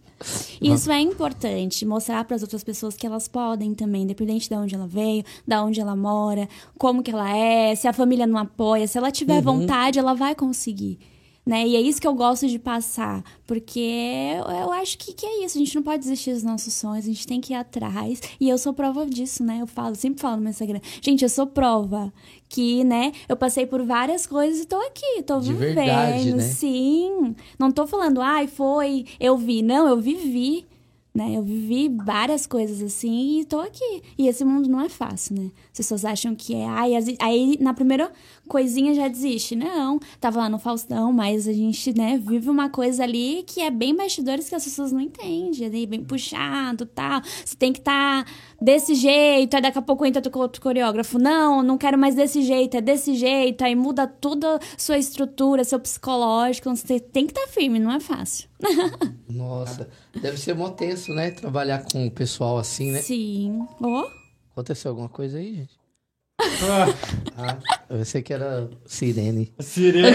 Isso é importante, mostrar para as outras pessoas que elas podem também, independente de onde ela veio, de onde ela mora, como que ela é, se a família não apoia, se ela tiver
Uhum.
vontade, ela vai conseguir. Né? E é isso que eu gosto de passar, porque eu, eu acho que, que é isso, a gente não pode desistir dos nossos sonhos, a gente tem que ir atrás, e eu sou prova disso, né? Eu falo, sempre falo no meu Instagram, gente, eu sou prova que, né, eu passei por várias coisas e tô aqui, tô
De
vivendo,
verdade, né?
sim. Não tô falando, ai, foi, eu vi, não, eu vivi, né? Eu vivi várias coisas assim e tô aqui. E esse mundo não é fácil, né? As pessoas acham que é. Ai, as- aí na primeira coisinha já desiste. Não, tava lá no Faustão, mas a gente, né, vive uma coisa ali que é bem bastidores que as pessoas não entendem, ali, bem puxado tal. Você tem que estar desse jeito, aí daqui a pouco entra com outro coreógrafo. Não, não quero mais desse jeito, é desse jeito. Aí muda toda a sua estrutura, seu psicológico. Então, Você tem que estar firme, não é fácil.
Nossa, deve ser mó tenso, né? Trabalhar com o pessoal assim, né?
Sim. Ó.
Aconteceu alguma coisa aí, gente? Ah, eu pensei que era sirene.
Sirene.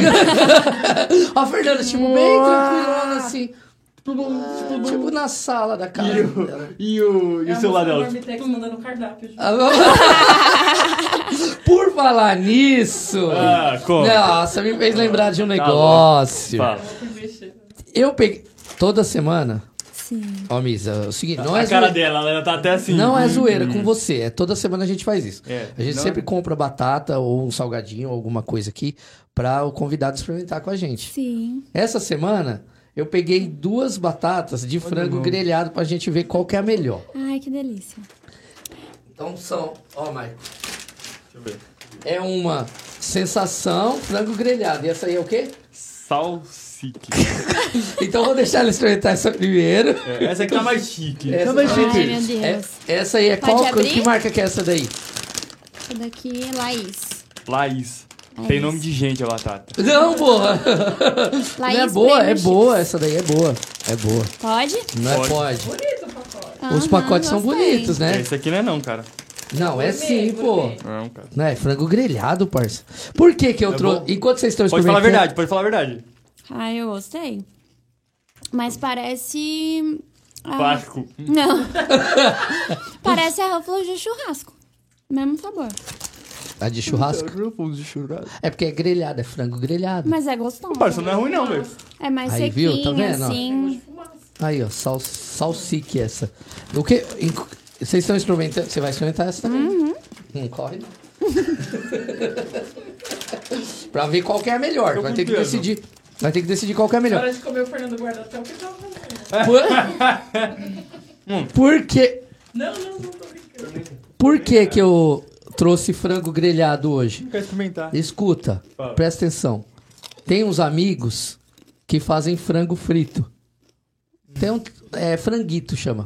Ó, a Fernanda, tipo, bem tranquilona assim. Tipo na sala da casa.
E o,
dela.
e
É
o, e o celular dela?
Marmitex mandando cardápio. gente.
Por falar nisso.
Ah, como?
Nossa, me fez lembrar de um
Tá
negócio.
Fala.
Eu fui mexer.
Eu peguei. Toda semana
Sim.
Ó, Misa, é o seguinte, não
a
é
cara
zoeira.
dela, ela tá até assim.
Não
Hum,
é zoeira com você. É toda semana a gente faz isso.
É,
a gente
não-
sempre compra batata ou um salgadinho ou alguma coisa aqui para o convidado experimentar com a gente.
Sim.
Essa semana eu peguei duas batatas de frango grelhado pra gente ver qual que é a melhor.
Ai, que delícia.
Então são, ó, Maicon,
Deixa eu ver.
é uma sensação frango grelhado. E essa aí é o quê?
Salsique.
Então eu vou deixar ela experimentar essa primeiro.
É, essa aqui tá mais chique.
Essa,
Ai, meu Deus.
É- essa aí é
Pode
qual?
abrir?
Que marca que é essa daí?
Essa daqui é Laís.
Laís. Tem nome de gente tá. a batata.
Não, porra! Não é
Laís
boa, é
Bremer
boa. Essa daí é boa. É boa.
Pode?
Não
Pode.
é pode. Os
Aham,
pacotes são
gostei.
bonitos, né?
Esse aqui não é não, cara.
Não, é sim, pô.
Não, cara.
Não, é frango grelhado, parça. Por que que eu
É
trouxe...
bom.
Enquanto vocês estão
Pode falar a
experimentando...
verdade, pode falar a verdade.
Ai, eu gostei. Mas parece.
Ah.
a-
Plástico.
Não. parece a rúcula de churrasco. Mesmo sabor.
A Ah, de churrasco. É porque é grelhado, é frango grelhado.
Mas é gostoso.
Parça, não é ruim não, velho.
É mais
Aí,
sequinho,
viu? Tá vendo, ó?
assim.
Aí, ó, sal, salsique essa. O que... inc- Vocês estão experimentando... Você vai experimentar essa também? Não corre, não. pra ver qual que é a melhor.
Tô
Vai
com
ter que
medo.
decidir. Vai ter que decidir qual que é a melhor.
Hora de comer o Fernando Guardatão, que tava fazendo.
Por...
Hum.
Por que...
Não, não, não tô brincando.
Por que que eu trouxe frango grelhado hoje?
Quer experimentar.
Escuta,
Fala.
presta atenção. Tem uns amigos que fazem frango frito. Tem um. É, franguito chama.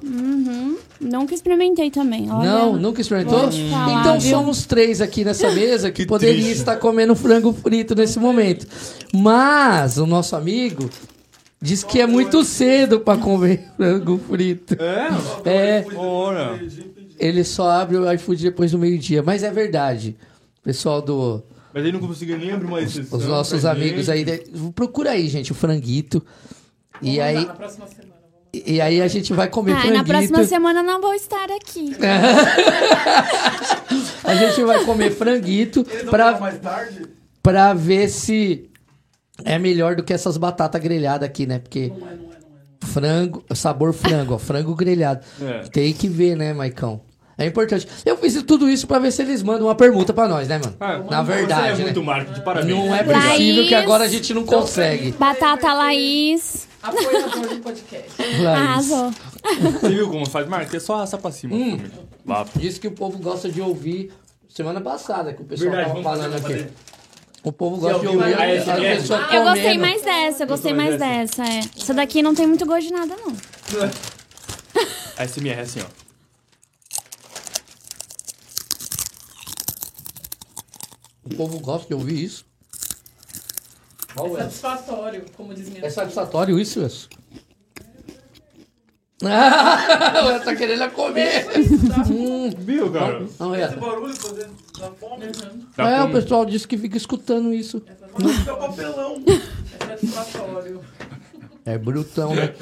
Nunca experimentei também. Olha.
Não, nunca experimentou?
Vou te falar,
então
viu?
somos três aqui nessa mesa que,
Que
poderia
triste.
estar comendo frango frito nesse momento. Mas o nosso amigo diz que é muito cedo para comer frango frito. É.
É? Ora.
Ele só abre o iFood depois do meio-dia, mas é verdade. Pessoal do
Mas ele não conseguiu nem abrir uma exceção. né?
Os nossos
pra
amigos
gente.
aí. de- Procura aí, gente, o franguito. E
Vamos lá,
tá
aí,
Na próxima semana. vamos lá.
e aí a gente vai comer
Ah,
franguito.
na próxima semana não vou estar aqui.
É. A gente vai comer franguito
Eles vão falar
pra,
mais tarde?
pra ver se é melhor do que essas batatas grelhadas aqui, né? Porque
Não é, não é, não é.
frango, sabor frango, ó, frango grelhado.
É.
Tem que ver, né, Maicão? É importante. Eu fiz tudo isso pra ver se eles mandam uma pergunta pra nós, né, mano?
Ah,
Na verdade,
Você é
né?
muito marketing, parabéns.
Não é
Laís.
possível que agora a gente não consegue.
Batata Laís.
Apoiador do podcast.
Ah,
Laís.
Arrasou.
Você viu como faz marketing? É só arrastar pra cima.
Hum.
família. Lá.
Disse que o povo gosta de ouvir semana passada, que o pessoal
Verdade,
tava
vamos fazer,
falando
vamos
aqui.
fazer.
O povo gosta de
ouviu
ouvir
a
as
ASMR?
pessoas comendo.
Ah, Eu gostei mais dessa, eu gostei mais dessa. é. Essa daqui não tem muito gosto de nada, não.
SMR é assim, ó.
O povo gosta de ouvir isso. Ó,
É
Wes.
satisfatório, como diz minha
É
filha.
satisfatório isso, Wes? Ah, o Wes tá querendo é comer. Hum,
Viu, cara?
não é.
Esse barulho fazendo da fome. Uhum.
Dá um
é, o
como-
pessoal disse que fica escutando isso.
É o papelão.
É satisfatório.
É brutão, né?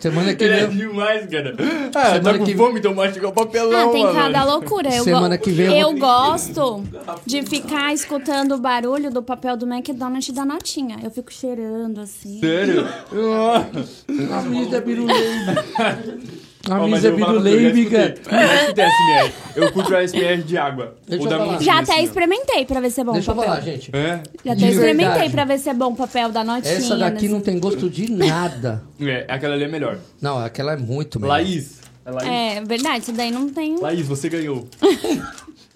Semana que
Ele é
vem.
demais, cara. Ah,
Semana
tá com
que-
fome, então mastigar o papelão,
Ah, tem
mano.
cada loucura. Eu,
Semana
go-
que vem eu
eu
vou-
gosto de ficar escutando o barulho do papel do McDonald's e da notinha. Eu fico cheirando assim.
Sério?
A Misa é biruleibe. A
Ó, mas
Misa é
eu vou falar pra você, eu já
biruleibe, cara.
escutei. Eu já escutei SMR. Eu curto a SMR de água.
Deixa
Ou
eu
da
falar.
mãozinha,
Já tá até
assim, ó.
experimentei pra ver se é bom.
Deixa eu
o papel.
falar, gente.
É?
Já
De
até experimentei
verdade.
pra ver se é bom o papel da notinha. assim.
Essa daqui
desse-
não tem gosto de nada.
É, aquela ali é melhor.
Não, aquela é muito melhor.
Laís. É Laís.
É verdade, isso daí não tem. É
Laís, você ganhou.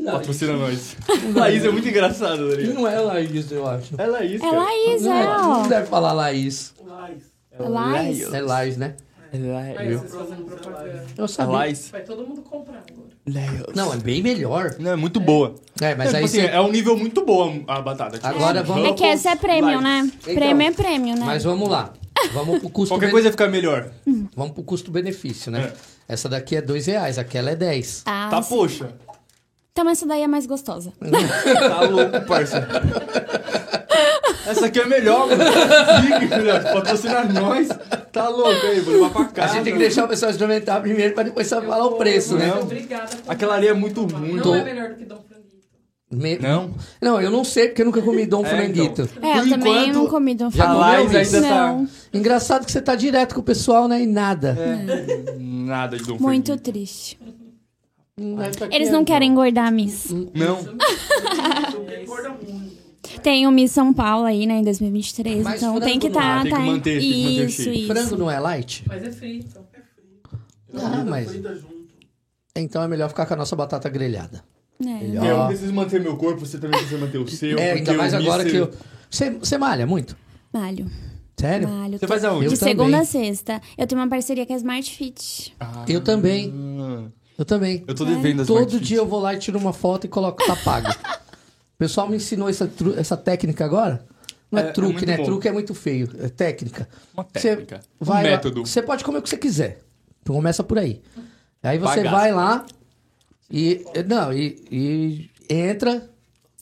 Patrocina nós. Laís é muito engraçado, tá
E
ligado?
não é Laís, eu acho.
É Laís,
É
cara.
Laís,
não,
é, ó.
não deve falar Laís.
Mas,
É Laís.
É Laís, né?
Aí vocês fazendo propaganda.
Eu
É
sabia.
Laís.
Vai todo mundo comprar agora.
Não, é bem melhor.
Não, é muito boa.
É, mas
é,
aí
tipo assim,
você...
é um nível muito bom a batata. Tipo,
Agora
assim,
vamos-
É que essa é prêmio, né?
Então,
prêmio é prêmio, né?
Mas vamos lá. Vamos pro custo
um- Qualquer coisa é- fica melhor.
Vamos pro custo-benefício, né? Essa daqui é dois reais, aquela é 10.
Ah,
Tá, poxa.
Então essa daí é mais gostosa.
Tá louco, parça. Essa aqui é melhor, mano. Fica, filha, Patrocina nós. Tá louco aí, vou levar pra
A
casa.
gente tem que deixar o pessoal experimentar primeiro pra depois só falar o preço, né?
Ah, Não.
Obrigada. por-
Aquela ali é muito ruim.
Não
Tô-
é melhor do que Dom Franguito.
Me-
Não?
Não, eu não sei porque eu nunca comi Dom
É,
Franguito.
então.
É, eu
Por
também
enquanto,
não comi Dom
Já
comeu
Laís
isso?
ainda
Não,
tá.
Engraçado que você tá direto com o pessoal, né? E nada.
Nada de Dom
muito
Fermento.
triste.
Hum, aí
É.
tá
Eles
aqui,
não
ó.
querem engordar Miss.
Hum.
Não.
Tem o Miss São Paulo aí, né, em 2023.
Mas
então
frango
tem que
não.
tá,
Ah, tem que
tá em-
manter, tem que manter o
isso,
shape.
isso.
Frango não é light?
Mas é frito.
Ah, mas
Frita junto.
então é melhor ficar com a nossa batata grelhada.
É.
Melhor.
É, eu
Ah.
preciso manter meu corpo, você também precisa manter o seu.
é,
porque
ainda mais
o
agora que
míster-
eu. Você, você malha muito?
Malho,
Sério?
malho.
Você faz aonde?
Eu
De
também.
segunda a sexta. Eu tenho uma parceria com a Smart Fit.
Ah.
Eu também. Eu também.
Ah, Eu tô devendo as
Todo
Smart Fit.
dia eu vou lá e tiro uma foto e coloco, tá pago. o pessoal me ensinou essa, tru- essa técnica agora. Não
É,
é,
é
truque,
muito
né?
bom.
Truque é muito feio. É técnica.
Uma
Você
técnica. Um
vai lá-
método.
Você pode comer o que você quiser. Então começa por aí. Aí você
Bagaço.
vai lá e. Não, e, e entra,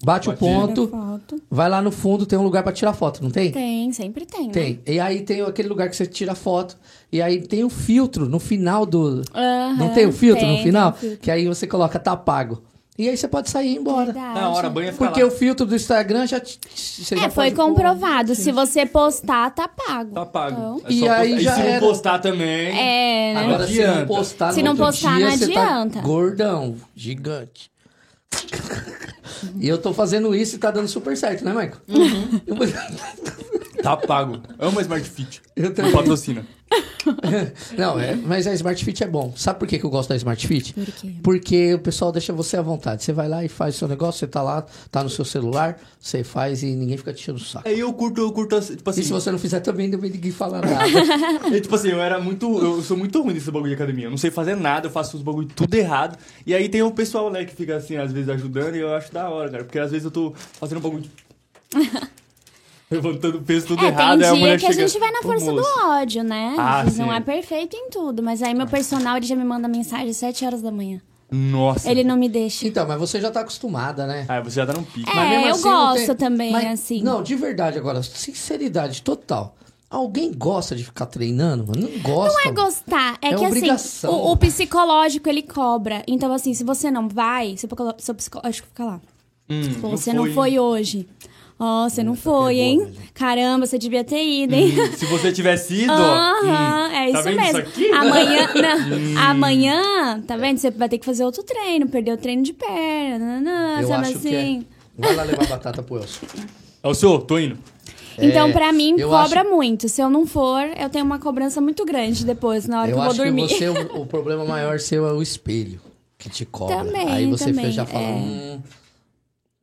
bate o
Bate.
ponto,
Foto.
vai lá no fundo, tem um lugar pra tirar foto, não tem?
Tem, sempre tem. né?
Tem. E aí tem aquele lugar que você tira foto. E aí tem o filtro no final do.
Aham,
não tem o filtro
tem,
no final?
tem o filtro.
Que aí você coloca tá pago. E aí você pode sair e ir embora.
Verdade.
Na hora, a banha fica
Porque
lá.
o filtro do Instagram já. te- Você já
É, foi
pode-
comprovado. Se você postar, tá pago.
Tá pago.
Então,
É
E
só
aí
postar.
já
e se
era.
não postar também...
É, né?
Agora,
Não
se não
adianta.
postar,
Se
no
não
outro
postar,
dia,
não
você tá
adianta.
gordão, gigante. e eu tô fazendo isso e tá dando super certo, né, Michael?
Uhum.
Tá pago. Amo a Smart Fit.
Eu
Não
também.
patrocina.
Não, é, mas a Smart Fit é bom. Sabe por que, que eu gosto da Smart Fit?
Por quê?
Porque o pessoal deixa você à vontade. Você vai lá e faz o seu negócio, você tá lá, tá no seu celular, você faz e ninguém fica te enchendo o saco.
Aí eu curto, eu curto, assim, tipo assim...
E se você não fizer também, ninguém fala nada.
É, tipo assim, eu era muito. Eu sou muito ruim nesse bagulho de academia. Eu não sei fazer nada, eu faço os bagulho tudo errado. E aí tem o pessoal, né, que fica assim, às vezes ajudando, e eu acho da hora, cara. Porque às vezes eu tô fazendo um bagulho. de- Levantando peso tudo
É,
um
errado, aí
tem
a
dia
mulher
que a
chega,
gente vai na
"Ô,
força
moço,
do ódio, né?
Ah,
Às vezes não
sim.
é perfeito em tudo, mas aí meu personal ele já me manda mensagem às 7 horas da manhã.
Nossa.
Ele não me deixa.
então, mas você já tá acostumada, né?
Ah, você já tá num pique.
É,
Mas mesmo
eu
assim, não
gosto
tem-
também,
Mas-
assim.
Não, de verdade agora, sinceridade total. Alguém gosta de ficar treinando, mano? Não gosta.
Não é gostar,
É
é, que assim,
obrigação.
o, o psicológico ele cobra. Então, assim, se você não vai, seu, psicó- seu psicológico fica lá.
Hum,
Pô, tipo, você não foi hoje. Ó,
tá
você não foi, hein? Caramba, você devia ter ido, hein?
Se você tivesse ido, ó.
Aham, é
Hum, tá
isso
vendo
mesmo.
isso aqui? Hum.
Amanhã, não, amanhã, tá vendo? Você vai ter que fazer outro treino, perder o treino de perna, nananã,
Eu
sabe
acho que
assim?
é. Vai lá levar batata pro Elcio.
É o seu, tô indo.
Então,
É,
pra mim,
eu
cobra
acho-
muito. Se eu não for, eu tenho uma cobrança muito grande depois, na hora
Eu
Ah, que eu vou
acho que
dormir.
você, é o, o problema maior seu é o espelho que te cobra.
Também,
Aí você
também,
já fala.
é.
"Hum".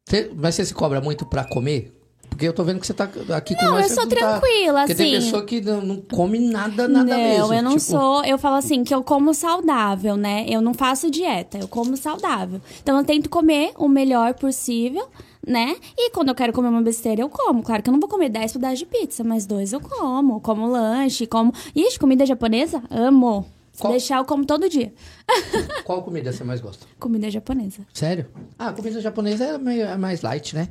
Você- mas você se cobra muito pra comer? Porque eu tô vendo que você tá aqui com
Não,
nós.
eu
você
sou
não tá-
tranquila,
Porque tem
assim.
pessoa que não, não come nada, nada
não,
mesmo.
eu não
tipo,
sou. Eu falo assim, que eu como saudável, né? Eu não faço dieta, eu como saudável. Então eu tento comer o melhor possível, né? E quando eu quero comer uma besteira, eu como. Claro que eu não vou comer 10 pedaços de pizza, mas dois eu como. Como lanche, como. Ixi, comida japonesa? Amo. Se
Qual-
deixar, eu como todo dia.
Qual comida você mais gosta?
Comida japonesa.
Sério? Ah, a comida japonesa é, meio, é mais light, né?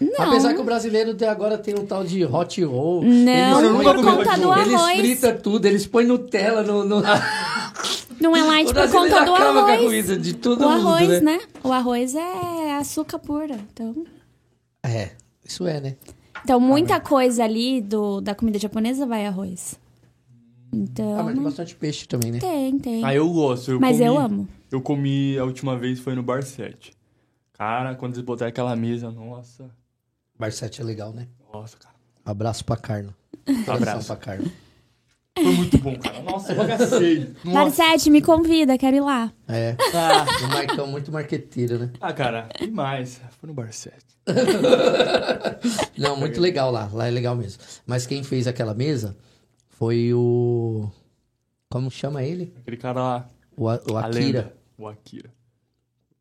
Não.
Apesar que o brasileiro tem- agora tem um tal de hot roll.
Não,
Eles
por
põem-
conta do
Eles
arroz.
frita tudo, eles põem Nutella no... no...
Não é
O
light por
brasileiro
conta do
acaba com a
arroz.
comida de todo
O
mundo,
arroz,
né?
né? O arroz é açúcar pura. Então.
É, isso é, né?
Então, muita coisa ali do, da comida japonesa vai arroz. Então.
Ah, mas tem bastante peixe também, né?
Tem, tem.
Ah, eu gosto. Eu
Mas
comi,
eu amo.
Eu comi a última vez foi no Bar 7. Cara, quando eles botaram aquela mesa, nossa.
Barçete é legal, né?
Nossa, cara.
Abraço pra Carla.
abraço.
pra Carla.
Foi muito bom, cara. Nossa, eu agacei. Nossa.
Marcete, me convida, quero ir lá.
É,
Ah,
o Marcão é muito marqueteiro, né?
Ah, cara, e mais? Foi no Barcete.
Não, muito legal lá. Lá é legal mesmo. Mas quem fez aquela mesa foi o... Como chama ele?
Aquele cara lá.
O, A- o
a
Akira.
lenda. O Akira.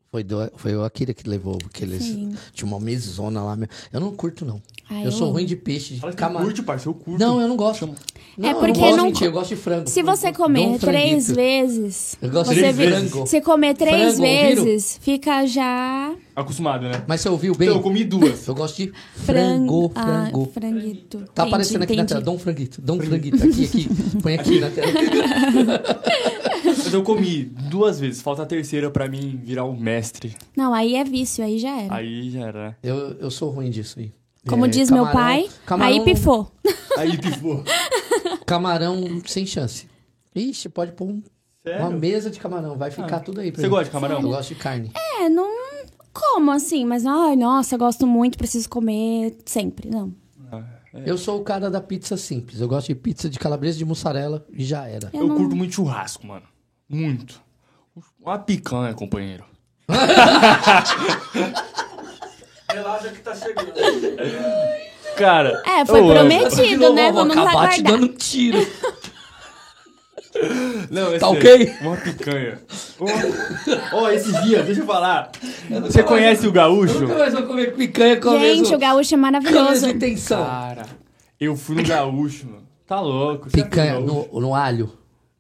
Foi, do, foi o Akira que levou, porque eles...
Sim.
Tinha uma mesona lá. meu. Eu não curto, não.
Ah,
eu sou
amo.
ruim de peixe,
Fala
de
que tu
camarão.
curte, parceiro. Eu curto.
Não, eu não gosto. Não, eu
É porque
não gosto,
não-
mentira, eu gosto de frango.
Se você
Dou
comer
um
três
franguito.
vezes.
Eu gosto
você
três
vi-
vezes.
Frango.
Se comer três
Frango,
vezes, fica já.
Acostumado, né?
Mas você ouviu bem?
Então, eu comi duas.
Eu gosto de
Frango.
frango,
ah,
frango.
franguito.
Tá
Entendi,
aparecendo aqui na
entendi.
tela. Dom franguito, dom franguito. Aqui, aqui. Põe aqui na tela.
Eu eu comi duas vezes, falta a terceira pra mim virar o mestre.
Não, aí é vício, aí já era.
Aí já era.
Eu, eu sou ruim disso aí.
Como
É,
diz meu
camarão-
pai,
camarão-
aí pifou.
Aí tipo, pivô.
Camarão sem chance. Ixi, pode pôr um- uma
Sério? Ah,
mesa de camarão, vai ficar tudo aí. pra
Você
mim.
gosta de camarão?
Eu gosto de carne.
É, não como assim, mas ai, nossa, gosto muito, preciso comer sempre. Não.
É.
Eu sou o cara da pizza simples. Eu gosto de pizza de calabresa de mussarela e já era.
Eu
Eu
não-
curto muito churrasco, mano. Muito. Uma picanha, companheiro.
Relaxa que tá chegando.
Cara.
É, foi
eu amo.
De
prometido,
novo,
né?
eu vou
Vamos
acabar
aguardar.
te dando um tiro.
Não, é
Tá
sério.
ok?
Uma picanha. Ó, oh, esse dia, deixa eu falar. Você conhece o gaúcho?
Nunca mais vou comer picanha com a
Gente,
mesma-
o gaúcho é
com a
maravilhoso.
mesma intenção.
Cara, eu fui no gaúcho, mano. Tá louco. você
Picanha
é do gaúcho?
no, no alho.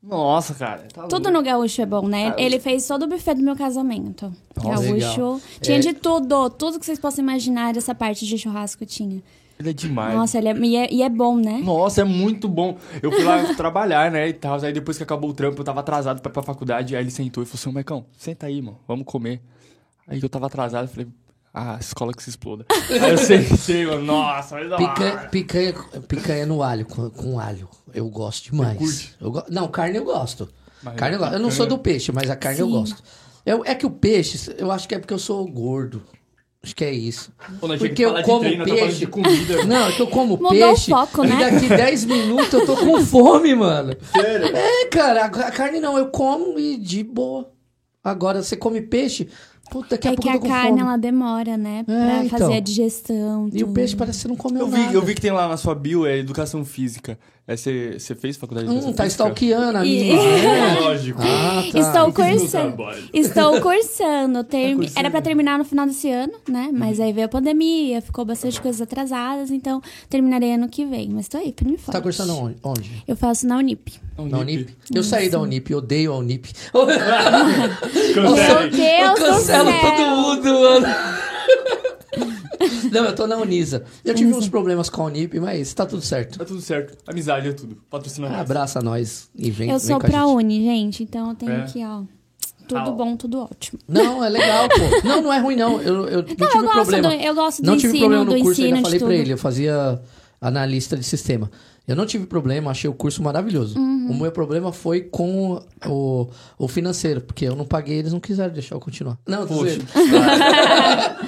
Nossa, cara. Tá
Tudo
louco.
no gaúcho é bom, né? Ele fez todo o buffet do meu casamento.
Nossa, legal.
gaúcho. Tinha
É.
de tudo, tudo que vocês possam imaginar, essa parte de churrasco tinha.
Ele é demais.
Nossa, ele é, e, é, e é bom, né?
Nossa, é muito bom. Eu fui lá trabalhar, né, e tal. Aí depois que acabou o trampo, eu tava atrasado pra ir pra faculdade. Aí ele sentou e falou assim, ô, Mecão, senta aí, mano, vamos comer. Aí eu tava atrasado, eu falei, ah, escola que se exploda. aí eu sentei, mano, nossa, Ah, mas da
Picanha,
hora.
picanha, picanha no alho, com, com alho. Eu gosto demais.
curte?
Eu go- Não, carne eu gosto.
Mas
carne eu, gosto. eu não
picanha-
sou do peixe, mas a carne eu gosto. Eu- é que o peixe, eu acho que é porque eu sou gordo. Acho que é isso.
Pô, nós tinha que
Porque eu
falar de
como
treino, tô falando
peixe.
de comida, né? mano.
Não, é que eu como
Mudou
peixe.
o foco, né?
E daqui 10 minutos eu tô com fome, mano. Sério? É, cara, a, a carne não, eu como e de boa. Agora, você come peixe, puta, daqui a
é
pouco
que
eu
a
tô com
carne,
fome.
ela demora, né? Pra
É, então.
fazer a digestão.
E o
tudo.
peixe parece que você não comeu
Eu
nada.
vi, eu vi que tem lá na sua bio, é educação física. É, Você você fez faculdade de
Hum,
educação
tá
física?
stalkeando a
E-
minha.
É, lógico.
Ah, tá.
Estou
Eu fiz meu
cursando.
então.
trabalho.
Estou cursando. Termi-
cursando.
Era pra terminar no final desse ano, né?
Uhum.
Mas aí veio a pandemia, ficou bastante coisas atrasadas, então terminarei ano que vem. Mas tô aí, firme e
Tá
forte.
cursando onde? onde?
Eu faço na Unip.
Na Unip? Eu saí da Unip, eu odeio a Unip.
Meu
Cancela.
eu
Deus do
cancelo
céu.
todo mundo, mano. Não, eu tô na Unisa. Eu tive uns problemas com a Unip, mas tá tudo certo.
Tá tudo certo. Amizade é tudo. Patrocina nós.
Abraça nós e vem, vem
Eu sou
com a gente.
pra Uni, gente, então eu tenho
É.
aqui, ó.
Ah,
Tudo
ó.
bom, tudo ótimo.
Não, é legal, pô. Não, não é ruim, não. Eu, eu não tive
eu gosto
problema.
do- eu gosto do
não tive
ensino,
problema no
do
curso, eu ainda
ensino, de
falei pra
tudo.
ele. Eu fazia analista de sistema. Eu não tive problema, achei o curso maravilhoso.
Uhum.
O meu problema foi com o, o financeiro, porque eu não paguei, eles não quiseram deixar eu continuar. Não, tô
Poxa.
zoando.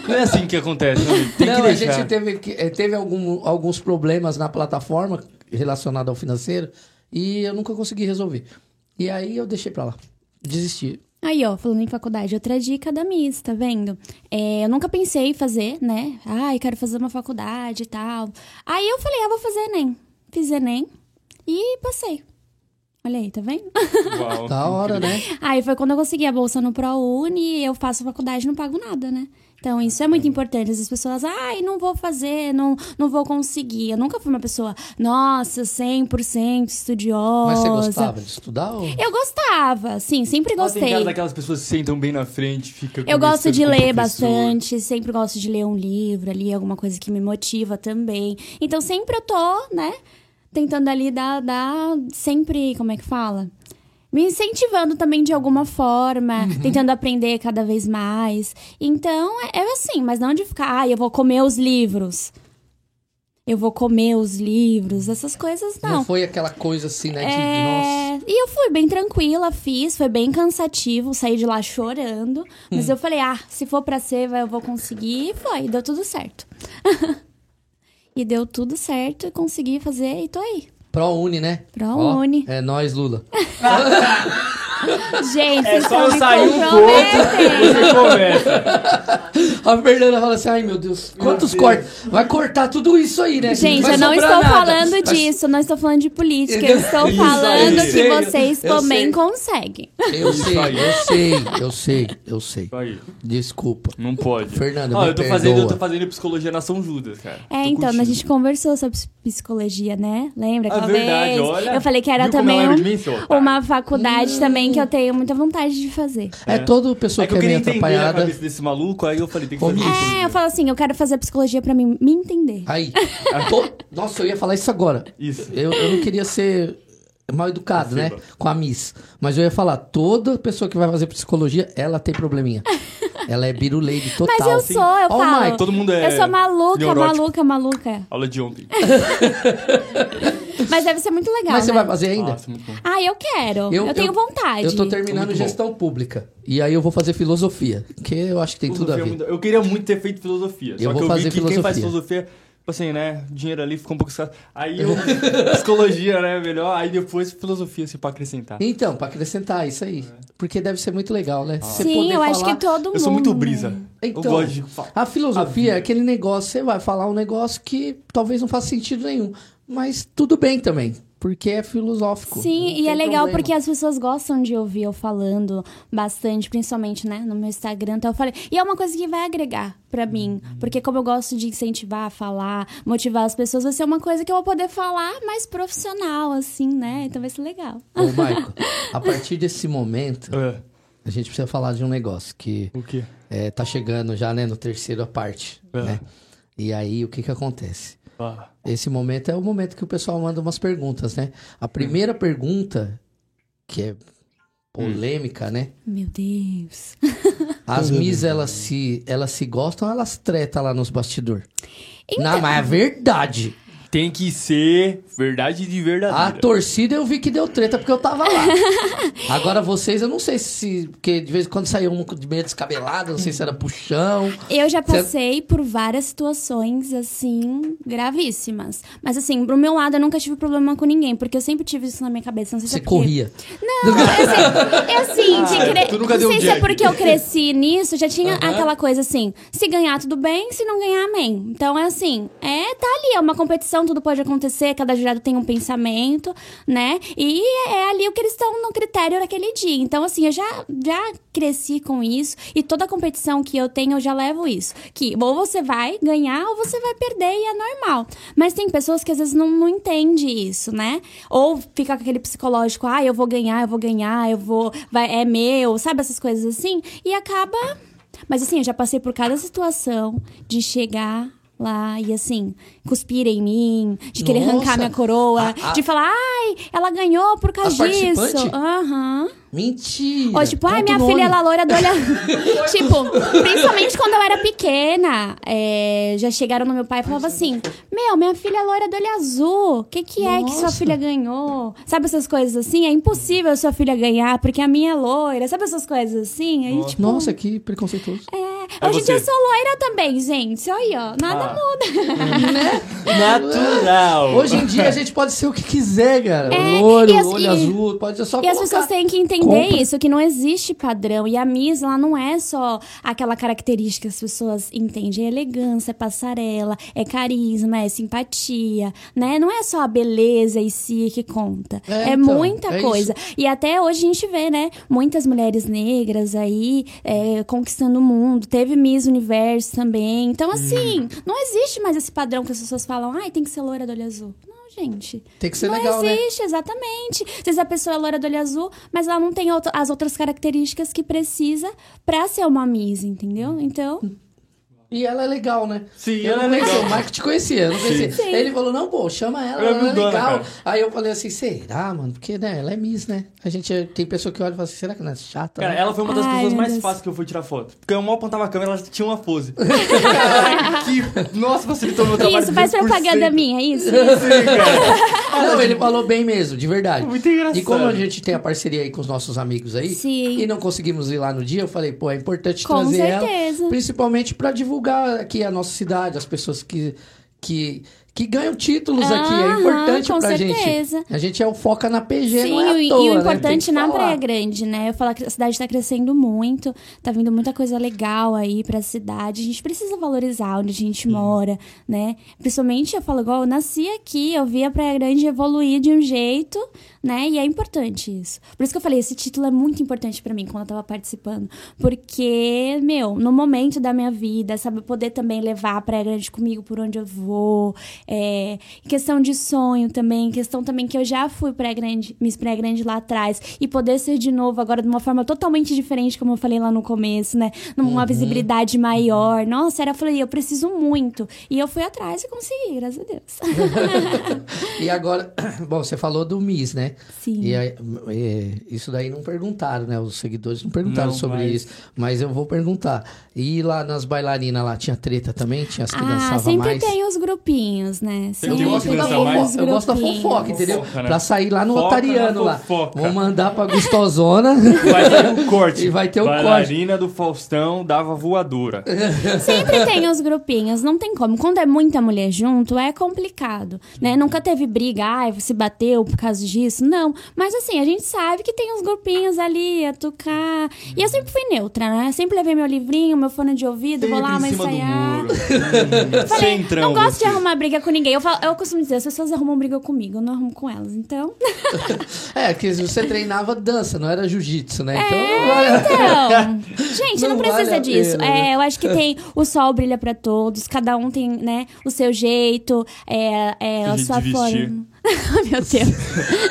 Não é assim que acontece, né? amigo? Tem
não,
que
a
deixar.
gente teve, que- eh, teve algum- alguns problemas na plataforma relacionado ao financeiro e eu nunca consegui resolver. E aí eu deixei pra lá. Desisti.
Aí, ó, falando em faculdade, outra dica da Miss, tá vendo? É, eu nunca pensei em fazer, né? Ai, quero fazer uma faculdade e tal. Aí eu falei, ah, vou fazer Enem. Fiz Enem e passei. Olha aí, tá vendo?
Uau,
Da hora, né?
Aí foi quando eu consegui a bolsa no ProUni, eu faço faculdade e não pago nada, né? Então, isso é
Uhum.
muito importante. Às vezes As pessoas, ai, não vou fazer, não, não vou conseguir. Eu nunca fui uma pessoa, nossa, 100% estudiosa.
Mas você gostava de estudar? Ou...
Eu gostava, sim, sempre
Nossa, Tem
gostei.
cara daquelas pessoas que sentam bem na frente, fica
Eu gosto
conversando
de
com o
ler
professor.
bastante, sempre gosto de ler um livro ali, alguma coisa que me motiva também. Então sempre eu tô, né, tentando ali dar, dar sempre, como é que fala? Me incentivando também de alguma forma,
Uhum.
tentando aprender cada vez mais. Então, é, é assim, mas não de ficar, ah, eu vou comer os livros. Eu vou comer os livros, essas coisas
Não
não.
foi aquela coisa assim, né? De, nossa.
É, E eu fui bem tranquila, fiz, foi bem cansativo, saí de lá chorando.
Hum.
Mas eu falei, ah, se for pra ser, vai, eu vou conseguir. E foi, deu tudo certo. e deu tudo certo, consegui fazer e tô aí.
ProUni, né?
ProUni.
Ó, é nós, Lula.
Gente,
É
vocês
só
estão me
sair um
comprometendo.
pouco e começa.
A Fernanda fala assim: ai meu Deus, quantos
Deus.
cortes? Vai cortar tudo isso aí, né?
Gente,
Vai
eu não
sobrar
estou
nada.
falando
Vai-
disso, não estou falando de política, eu
Entendeu?
estou
Isso aí,
falando
eu
que
sei,
vocês
eu sei.
também conseguem.
Eu sei,
aí.
eu sei, eu sei, eu sei.
Aí,
Desculpa.
não pode.
Fernanda,
Ó,
me
eu tô fazendo, eu tô
perdoa.
fazendo psicologia na São Judas, cara.
É,
Tô
então, a
curtindo.
gente conversou sobre psicologia, né? Lembra
Ah,
aquela
verdade,
vez?
olha.
Eu falei que era
Viu como
também
ela lembra
um-
de mim, seu otário? Hum.
uma faculdade também que eu tenho muita vontade de fazer.
É, toda pessoa
É
que,
que eu
é
queria
meio
entender a
atrapalhada.
cabeça desse maluco, aí eu falei, tem que
Como
fazer
isso?
psicologia.
É, eu falo assim, eu quero fazer psicologia pra mim me entender.
Aí. Pô, nossa, eu ia falar isso agora.
Isso.
Eu, eu não queria ser mal educado, né? Com a Miss. Mas eu ia falar, toda pessoa que vai fazer psicologia, ela tem probleminha. ela é biruleide total.
Mas eu sou, eu
Ó o
falo.
Mike.
Todo mundo é
Eu sou maluca,
neurótico.
maluca, maluca.
Aula de ontem.
Mas deve ser muito legal.
Mas você
né?
vai fazer ainda?
Nossa, muito bom.
Ah, eu quero. Eu, tenho vontade.
Eu tô terminando
Muito bom.
gestão pública. E aí eu vou fazer filosofia. Que eu acho que tem tudo a
Filosofia é
ver.
muito- Eu queria muito ter feito filosofia.
Eu
só
vou
que eu
fazer
vi que quem faz
filosofia.
filosofia, tipo assim, né? Dinheiro ali fica um pouco escasso. Aí eu. psicologia, né? Melhor. Aí depois filosofia, assim, pra acrescentar.
Então, pra acrescentar isso aí.
É.
Porque deve ser muito legal, né? Você
Sim,
poder
eu acho
falar-
que todo mundo.
Eu sou muito brisa.
Então,
eu gosto de falar.
A
A
filosofia
vida.
é aquele negócio, você vai falar um negócio que talvez não faça sentido nenhum. Mas tudo bem também, porque é filosófico.
Sim,
Não
e
tem
é legal
problema.
porque as pessoas gostam de ouvir eu falando bastante, principalmente, né, no meu Instagram, então eu falei. E é uma coisa que vai agregar pra mim,
Uhum.
porque como eu gosto de incentivar, falar, motivar as pessoas, vai ser uma coisa que eu vou poder falar mais profissional assim, né? Então vai ser legal.
Ô, Maico, a partir desse momento,
É,
a gente precisa falar de um negócio que
o quê?
é, tá chegando já, né, no terceiro a parte,
É.
né? E aí, o que que acontece?
Ah,
Esse momento é o momento que o pessoal manda umas perguntas, né? A primeira pergunta, que é polêmica, né?
Meu Deus.
As Miss, elas se, elas se gostam, elas tretam lá nos bastidores.
Então,
Não, mas é verdade.
Tem que ser verdade de
A
verdadeira.
torcida eu vi que deu treta porque eu tava lá. Agora vocês, eu não sei se. Porque de vez em quando saiu um de meio descabelado, não sei se era puxão.
Eu já
Cê-
passei por várias situações, assim, gravíssimas. Mas, assim, pro meu lado, eu nunca tive problema com ninguém, porque eu sempre tive isso na minha cabeça. Não sei se
Você
é porque...
corria.
É assim, de cre...
Ah, tu nunca
não
deu
sei
um
se é
jegue.
porque eu cresci nisso, já tinha aquela coisa assim, se ganhar tudo bem, se não ganhar, amém. Então é assim, é, tá ali, é uma competição, tudo pode acontecer, cada jurado tem um pensamento, né? E é ali o que eles estão no critério naquele dia. Então assim, eu já, já cresci com isso e toda competição que eu tenho, eu já levo isso. Que ou você vai ganhar ou você vai perder e é normal. Mas tem pessoas que às vezes não, não entende isso, né? Ou fica com aquele psicológico, ah, eu vou ganhar, eu vou ganhar, eu vou, vai, é meu, sabe essas coisas assim? E acaba. Mas assim, eu já passei por cada situação de chegar lá e assim, cuspir em mim, de querer
Nossa!
arrancar minha coroa,
A- a-
de falar, ai, ela ganhou por causa
A
disso.
participante?
Aham.
Mentira.
Ou tipo, ai,
Conta
minha
o tá nome.
filha, ela loira do olho. tipo, principalmente quando eu era pequena, é, já chegaram no meu pai e falavam assim: Meu, minha filha é loira do olho azul. O que, que é que sua
Nossa.
filha ganhou? Sabe essas coisas assim? É impossível a sua filha ganhar, porque a minha é loira. Sabe essas coisas assim? Aí, tipo,
Nossa, que preconceituoso.
é, hoje em
você.
dia eu sou loira também, gente. Olha, ó, nada
Ah.
muda.
Natural.
Hoje em dia a gente pode ser o que quiser, cara.
É,
Louro,
e as-
olho
e-
azul, pode ser só
E as
colocar.
pessoas têm que entender
Compra.
isso, que não existe padrão. E a Miss, ela não é só aquela característica que as pessoas entendem. É elegância, é passarela, é carisma, é simpatia, né? Não é só a beleza em si que conta.
É,
É,
então,
muita
é
coisa. E até hoje a gente vê, né? Muitas mulheres negras aí é, conquistando o mundo. Teve Miss Universo também. Então, assim,
Uhum.
não existe mais esse padrão que as pessoas falam. Ai, tem que ser loira do olho azul. Não, gente.
Tem que ser
Não
legal, né?
existe, exatamente. Às vezes a pessoa é loira do olho azul, mas ela não tem outra- as outras características que precisa pra ser uma Miss, entendeu? Então,
E ela é legal, né?
Sim,
eu
ela
não
é
conhecia,
legal.
O Mike te conhecia, eu não conhecia.
Sim.
Ele falou, não, pô, chama ela,
Ela é
ela é
bundona,
legal.
cara.
Aí eu falei assim, será, mano? Porque, né, ela é Miss, né? A gente, é- tem pessoa que olha e fala assim, será que ela é chata?
Cara,
né?
ela foi uma das
Ai,
pessoas
meu
mais
Deus.
fáceis que eu fui tirar foto. Porque eu mal apontava a câmera, ela já tinha uma pose. Caralho, que... Nossa, facilitou meu trabalho.
isso faz
10%.
propaganda minha, é isso?
Sim, cara.
Ah, Não, ele falou bem mesmo, de verdade.
Muito engraçado.
E como a gente tem a parceria aí com os nossos amigos aí,
Sim.
e não conseguimos ir lá no dia, eu falei, pô, é importante
Com
trazer
certeza.
ela. Principalmente pra divulgar aqui a nossa cidade, as pessoas que... que que ganham títulos aqui, é
Aham,
importante
com
pra
certeza.
gente. A gente é o foca na PG,
Sim,
não é à
e,
toa,
e o
né?
importante
Tem que
na
falar.
Praia Grande, né? Eu falo que a cidade tá crescendo muito, tá vindo muita coisa legal aí pra cidade. A gente precisa valorizar onde a gente mora, né? Principalmente, eu falo igual, eu nasci aqui, eu vi a Praia Grande evoluir de um jeito, né? E é importante isso. Por isso que eu falei, esse título é muito importante pra mim quando eu tava participando. Porque, meu, no momento da minha vida, sabe, eu poder também levar a Praia Grande comigo por onde eu vou, É, em questão de sonho também, em questão também que eu já fui pré-grande, Miss Pré-Grande lá atrás, e poder ser de novo agora de uma forma totalmente diferente, como eu falei lá no começo, né? Numa
Uhum.
visibilidade maior. Nossa, era, eu falei, eu preciso muito. E eu fui atrás e consegui, graças a Deus.
E agora, bom, você falou do Miss, né?
Sim.
E aí, é, isso daí não perguntaram, né? Os seguidores não perguntaram
Não,
sobre
mas-
isso. Mas eu vou perguntar. E lá nas bailarinas lá, tinha treta também? Tinha as que
Ah,
dançavam
sempre
mais?
tem os grupinhos, né?
Eu
Eu, gosto,
gosto de
Sempre
da
dançar
fofoca,
mais.
os
eu gosto da
grupinhos.
fofoca, entendeu?
Fofoca, né?
Pra sair lá no
Foca na
otariano lá.
fofoca.
Vou mandar pra gostosona.
Vai ter um corte.
E vai ter um
Bailarina do Faustão dava voadora.
Sempre tem os grupinhos, não tem como. Quando é muita mulher junto, é complicado, né? Nunca teve briga, ai, você bateu por causa disso, não. Mas assim, a gente sabe que tem uns grupinhos ali, a tocar. E eu sempre fui neutra, né? Sempre levei meu livrinho, meu fone de ouvido, vou lá,
Sempre
mas
em cima do
ensaiar.
muro. Hum,
Falei,
Centrão,
não gosto de
você.
arrumar briga com ninguém. Eu, falo- eu costumo dizer, as pessoas arrumam briga comigo, eu não arrumo com elas. Então,
É, porque você treinava dança, não era jiu-jitsu, né?
É, então. Gente, não,
Não
precisa
vale a
disso.
pena, né?
É, eu acho que tem. O sol brilha pra todos, cada um tem, né, o seu jeito, é, é, a
Jeito
sua
de vestir.
forma. Meu Deus.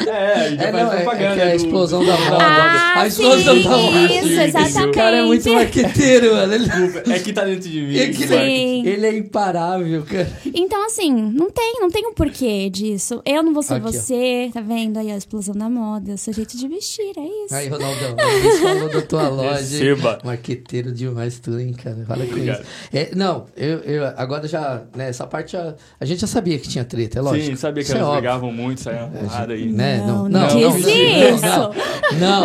É, e já
É,
faz
não, é, é que
propaganda
é a
do-
explosão da moda.
Ah,
a explosão
sim,
da moda.
isso,
Esse cara é muito
exatamente.
marqueteiro, mano. Ele,
É que tá dentro de mim.
ele-
Marcos.
Sim.
ele é imparável, cara.
Então, assim, não tem, não tem um porquê disso. Eu não vou ser
Aqui, ó.
você, tá vendo? Aí a explosão da moda, o seu jeito de vestir, é isso.
Aí, Ronaldão, você falou da tua loja.
Receba.
Marqueteiro demais tu, hein, cara. Fala com
Obrigado.
isso. É, não, eu, eu agora já, né, essa parte já, a gente já sabia que tinha treta, é lógico.
Sim, sabia que
Isso é
elas
óbvio,
brigavam muito, saia uma porrada aí.
Né? Não,
Não, não
disse
mentira,
isso.
Não, não,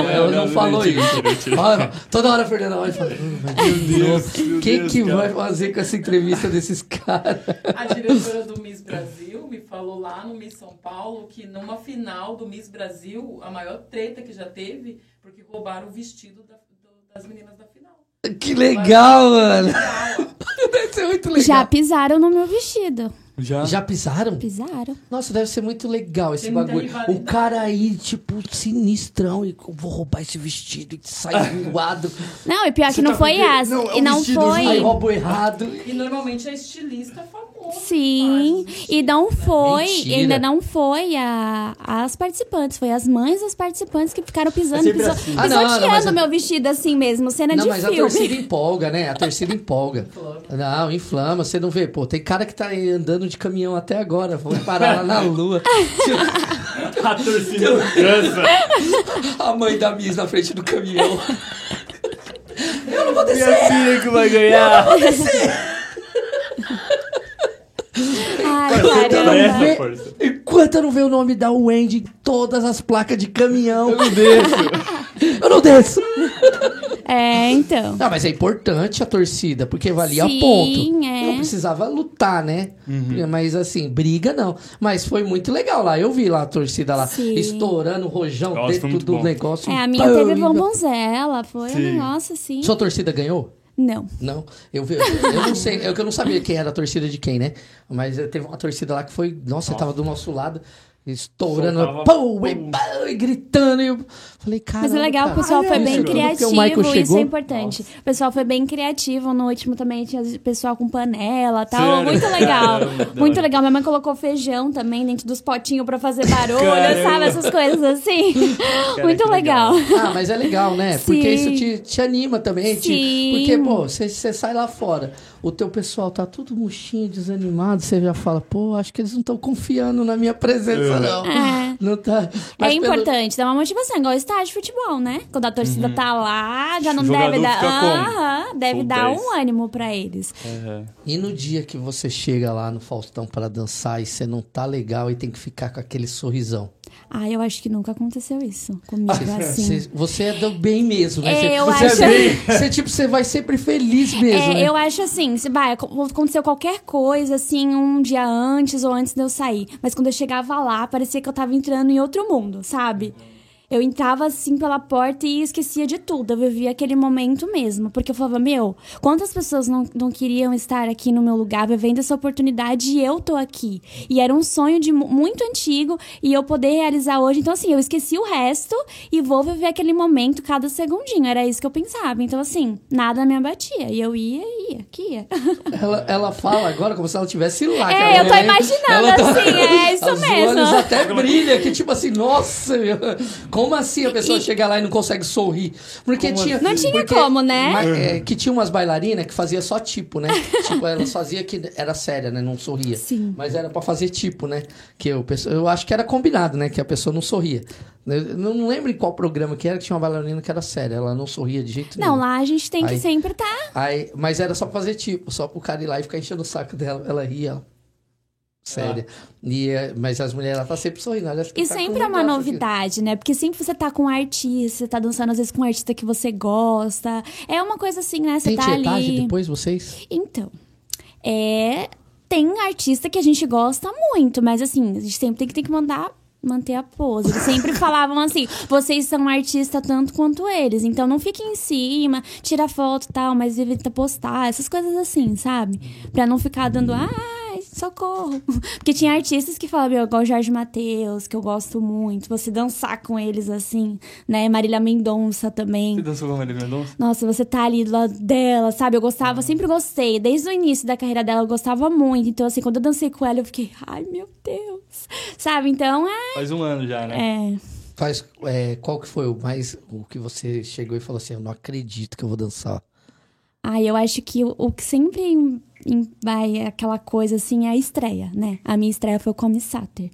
Não,
eu
não,
não,
não,
falou
mentira,
isso.
mentira, mentira.
Olha, toda hora a Fernanda olha e fala: "Hum, mas
Meu Deus, meu
O que,
Deus,
que
cara.
vai fazer com essa entrevista desses caras?
A diretora do Miss Brasil me falou lá no Miss São Paulo que numa final do Miss Brasil, a maior treta que já teve, porque roubaram o vestido da- do- das meninas da final.
Que legal, mano.
Final.
Deve ser muito legal.
Já pisaram no meu vestido.
Já?
Já pisaram?
Pisaram.
Nossa, deve ser muito legal esse
Tem muita
bagulho. O
rivalidade.
cara aí, tipo, sinistrão, e eu vou roubar esse vestido e sai voado,
Não, e pior
Você
que não
tá
foi
com o quê?
as.
Não, é um
e não
vestido
foi.
aí roubo errado.
E normalmente é estilista famoso.
Sim,
que faz os
e não foi,
Mentira.
ainda não foi a, as participantes, foi as mães das participantes que ficaram pisando,
sempre
piso,
assim.
Ah, não,
pisoteando
não, mas a-
meu vestido assim mesmo, cena
Não,
de
mas a
filme.
torcida empolga, né? A torcida empolga. Não, inflama, você não vê. Pô, tem cara que tá aí andando de caminhão até agora, vou parar lá na lua.
A torcida tá dança.
A mãe da Miss na frente do caminhão.
Minha filha que vai ganhar.
Ai,
tentando
caramba.
ver.
tá força.
Enquanto eu não ver o nome da Wendy em todas as placas de caminhão,
Meu Deus.
eu não desço.
É, então.
Não, mas é importante a torcida, porque valia
Sim,
ponto.
é.
Não precisava lutar, né?
Uhum.
Mas assim, briga não. Mas foi muito legal lá. Eu vi lá a torcida lá
Sim.
estourando o rojão
Nossa, foi
dentro
muito
do
bom.
negócio.
É, a minha
Pam!
teve bombonzela, foi
Sim.
um negócio assim.
Sua torcida ganhou?
Não.
Não, eu vi, eu não sei, é que eu não sabia quem era a torcida de quem, né? Mas eh, teve uma torcida lá que foi, nossa, tava do nosso lado, estourando,
Soltava-
pum, e, pum, e gritando, e eu falei, cara.
Mas é legal, o
Ah,
pessoal foi bem
Porque
criativo,
o Michael
isso é
chegou,
importante. O pessoal foi bem criativo, no último também tinha o pessoal com panela e tal,
Sério?
muito legal.
Caramba, da
muito
hora.
legal, minha mãe colocou feijão também dentro dos potinhos pra fazer barulho,
Caramba.
sabe, essas coisas assim.
Cara,
muito
que legal.
legal.
Ah, mas é legal, né? Porque
Sim.
isso te, te anima também. te-
Sim.
porque, pô, você sai lá fora, o teu pessoal tá tudo murchinho, desanimado, você já fala, pô, acho que eles não estão confiando na minha presença,
É.
não.
É.
Não tá.
é
Mas pelo-
importante, dá uma motivação, igual estádio de futebol, né? Quando a torcida tá lá, já não
Uhum. O jogador
deve dar.
fica como?
Aham, deve
Sou
dar
10.
um ânimo pra eles.
E no dia que você chega lá no Faustão pra dançar e você não tá legal e tem que ficar com aquele sorrisão.
Ah, eu acho que nunca aconteceu isso comigo assim.
Você, você é do bem mesmo, né? Você-
É, eu
você
acho-
é bem. Você, tipo, você vai sempre feliz mesmo.
É,
né?
eu acho assim, se vai, ac- aconteceu qualquer coisa, assim, um dia antes ou antes de eu sair. Mas quando eu chegava lá, parecia que eu tava entrando em outro mundo, sabe? Eu entrava assim pela porta e esquecia de tudo. Eu vivia aquele momento mesmo. Porque eu falava, meu, quantas pessoas não, não queriam estar aqui no meu lugar, vivendo essa oportunidade e eu tô aqui. E era um sonho de mu- muito antigo e eu poder realizar hoje. Então, assim, eu esqueci o resto e vou viver aquele momento cada segundinho. Era isso que eu pensava. Então, assim, nada me abatia. E eu ia, ia, que ia.
Ela, ela fala agora como se ela tivesse lá.
É,
cara.
eu tô
Ela-
imaginando,
ela
assim, é isso
os
mesmo.
olhos até brilha, que tipo assim, nossa, como assim a pessoa chega lá e não consegue sorrir? Porque tinha...
Não tinha
porque-
como, né?
mas, é, que tinha umas bailarinas que fazia só tipo, né? tipo, elas fazia que era séria, né? Não sorria.
Sim.
Mas era pra fazer tipo, né? Que eu, penso- eu acho que era combinado, né? Que a pessoa não sorria. Eu não não lembro em qual programa que era que tinha uma bailarina que era séria. Ela não sorria de jeito nenhum.
Não, lá a gente tem que
Aí-
sempre tá.
Aí, mas era só pra fazer tipo, só pro cara ir lá e ficar enchendo o saco dela. Ela ria, ó. Séria. E, eh, mas as mulheres, ela tá sempre sorrindo. Ela
E sempre é
um
uma novidade, né? Porque sempre você tá com um artista, você tá dançando às vezes com um artista que você gosta. É uma coisa assim, né? Você
Tem
tá
tietagem
ali.
depois, vocês?
Então, é. Tem artista que a gente gosta muito, mas assim, a gente sempre tem que, tem que mandar. Manter a pose. Eles sempre falavam assim: vocês são artista tanto quanto eles. Então não fique em cima, tira foto e tal, mas evita postar, essas coisas assim, sabe? Pra não ficar dando, ai, socorro. Porque tinha artistas que falavam, "Meu, igual o Jorge Matheus, que eu gosto muito, você dançar com eles assim, né? Marília Mendonça também.
Você dançou com a Maria Mendonça?
Nossa, você tá ali do lado dela, sabe? Eu gostava, sempre gostei. Desde o início da carreira dela, eu gostava muito. Então, assim, quando eu dancei com ela, eu fiquei, ai meu Deus. Sabe? Então, é.
Faz um ano já, né?
é.
Faz, eh, qual que foi o mais. O que você chegou e falou assim: eu não acredito que eu vou dançar.
Ai, eu acho que o, o que sempre em- em- vai é aquela coisa assim é a estreia, né? A minha estreia foi com o Miss Sater.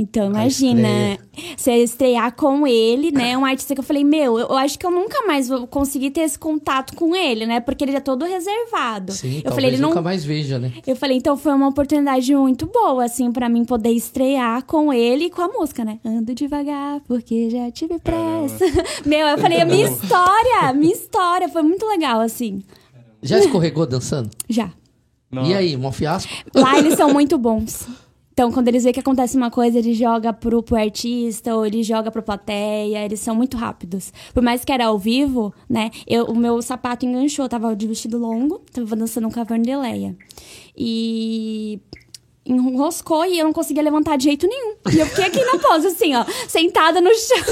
Então, imagina, você estrear com ele, né? Um artista que eu falei, meu, eu, eu acho que eu nunca mais vou conseguir ter esse contato com ele, né? Porque ele é todo reservado.
Sim,
eu
talvez
falei, ele não
nunca mais veja, né?
Eu falei, então foi uma oportunidade muito boa, assim, pra mim poder estrear com ele e com a música, né? Ando devagar, porque já tive pressa. Meu, eu falei, a minha história, minha história. Foi muito legal, assim.
Já escorregou dançando?
Já.
Não.
E aí, um fiasco?
Lá eles são muito bons. Então, quando eles veem que acontece uma coisa, ele joga pro, pro artista ou ele joga pro plateia. Eles são muito rápidos. Por mais que era ao vivo, né? Eu, o meu sapato enganchou. eu Tava de vestido longo. Tava dançando um caverna de Leia. E... Enroscou e eu não conseguia levantar de jeito nenhum. E eu fiquei aqui na pose, assim, ó. Sentada no chão.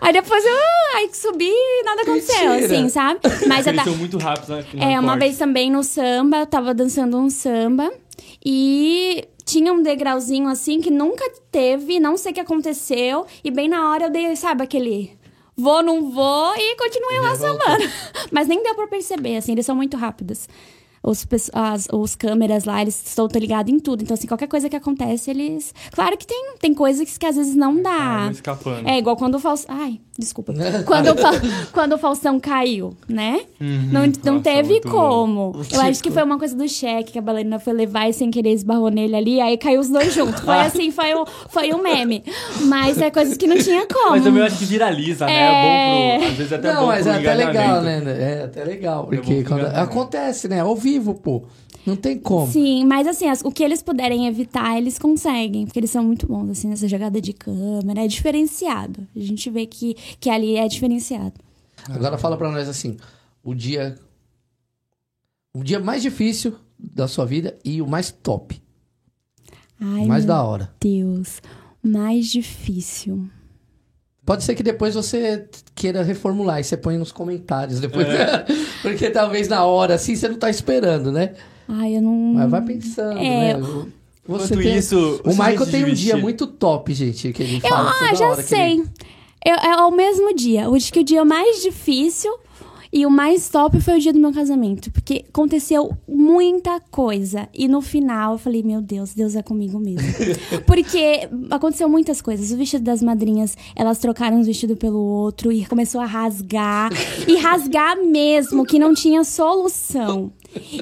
aí depois eu... ah, Aí subi e nada aconteceu,
Mentira.
assim, sabe? Mas eu
Eles
ta-
são muito rápidos, né? no
é, uma
corte.
vez também no samba, eu tava dançando um samba e tinha um degrauzinho assim que nunca teve, não sei o que aconteceu, e bem na hora eu dei, sabe, aquele vou, não vou e continuei lá sambando. Mas nem deu pra perceber, assim, eles são muito rápidos. Os, pes- as, os câmeras lá, eles estão ligados em tudo. Então, assim, qualquer coisa que acontece, eles. Claro que tem, tem coisas que às vezes não
Ah,
dá.
vão escapando.
É igual quando o Faustão. Ai, desculpa. Quando, o Fa- quando o Faustão caiu, né? não não
Nossa,
teve
muito
como.
bom.
Eu acho que foi uma coisa do cheque que a bailarina foi levar e sem querer esbarrou nele ali, aí caiu os dois juntos. Foi assim, foi um, foi um meme. Mas é coisas que não tinha como.
Mas também eu acho que viraliza, né?
É.
É bom pro... Às vezes é até
não,
bom
mas
pro
é até legal,
engajamento.
né? É até legal.
É bom
Porque
pro
quando-
engajamento.
acontece, né? Ao vivo, pô. Não tem como.
Sim, mas assim, as- o que eles puderem evitar, eles conseguem. Porque eles são muito bons, assim, nessa jogada de câmera. É diferenciado. A gente vê que, que ali é diferenciado.
Agora fala pra nós assim, o dia o dia mais difícil da sua vida e o mais top,
Ai,
o mais
meu
da hora.
Deus. Mais difícil.
Pode ser que depois você queira reformular e você põe nos comentários depois.
É.
Porque talvez na hora, assim, você não tá esperando, né?
Ai, eu não.
Mas vai pensando,
É.
né? Você
Enquanto
tem-
isso...
O
vocês
Michael
se
tem um dia
divertiram.
muito top, gente, que ele
Eu,
fala toda
ah, já
hora que ele-
sei. Eu- é ao mesmo dia. Eu acho que o dia mais difícil e o mais top foi o dia do meu casamento. Porque aconteceu muita coisa. E no final eu falei, meu Deus, Deus é comigo mesmo. porque aconteceu muitas coisas. O vestido das madrinhas, elas trocaram um vestido pelo outro e começou a rasgar. e rasgar mesmo, que não tinha solução.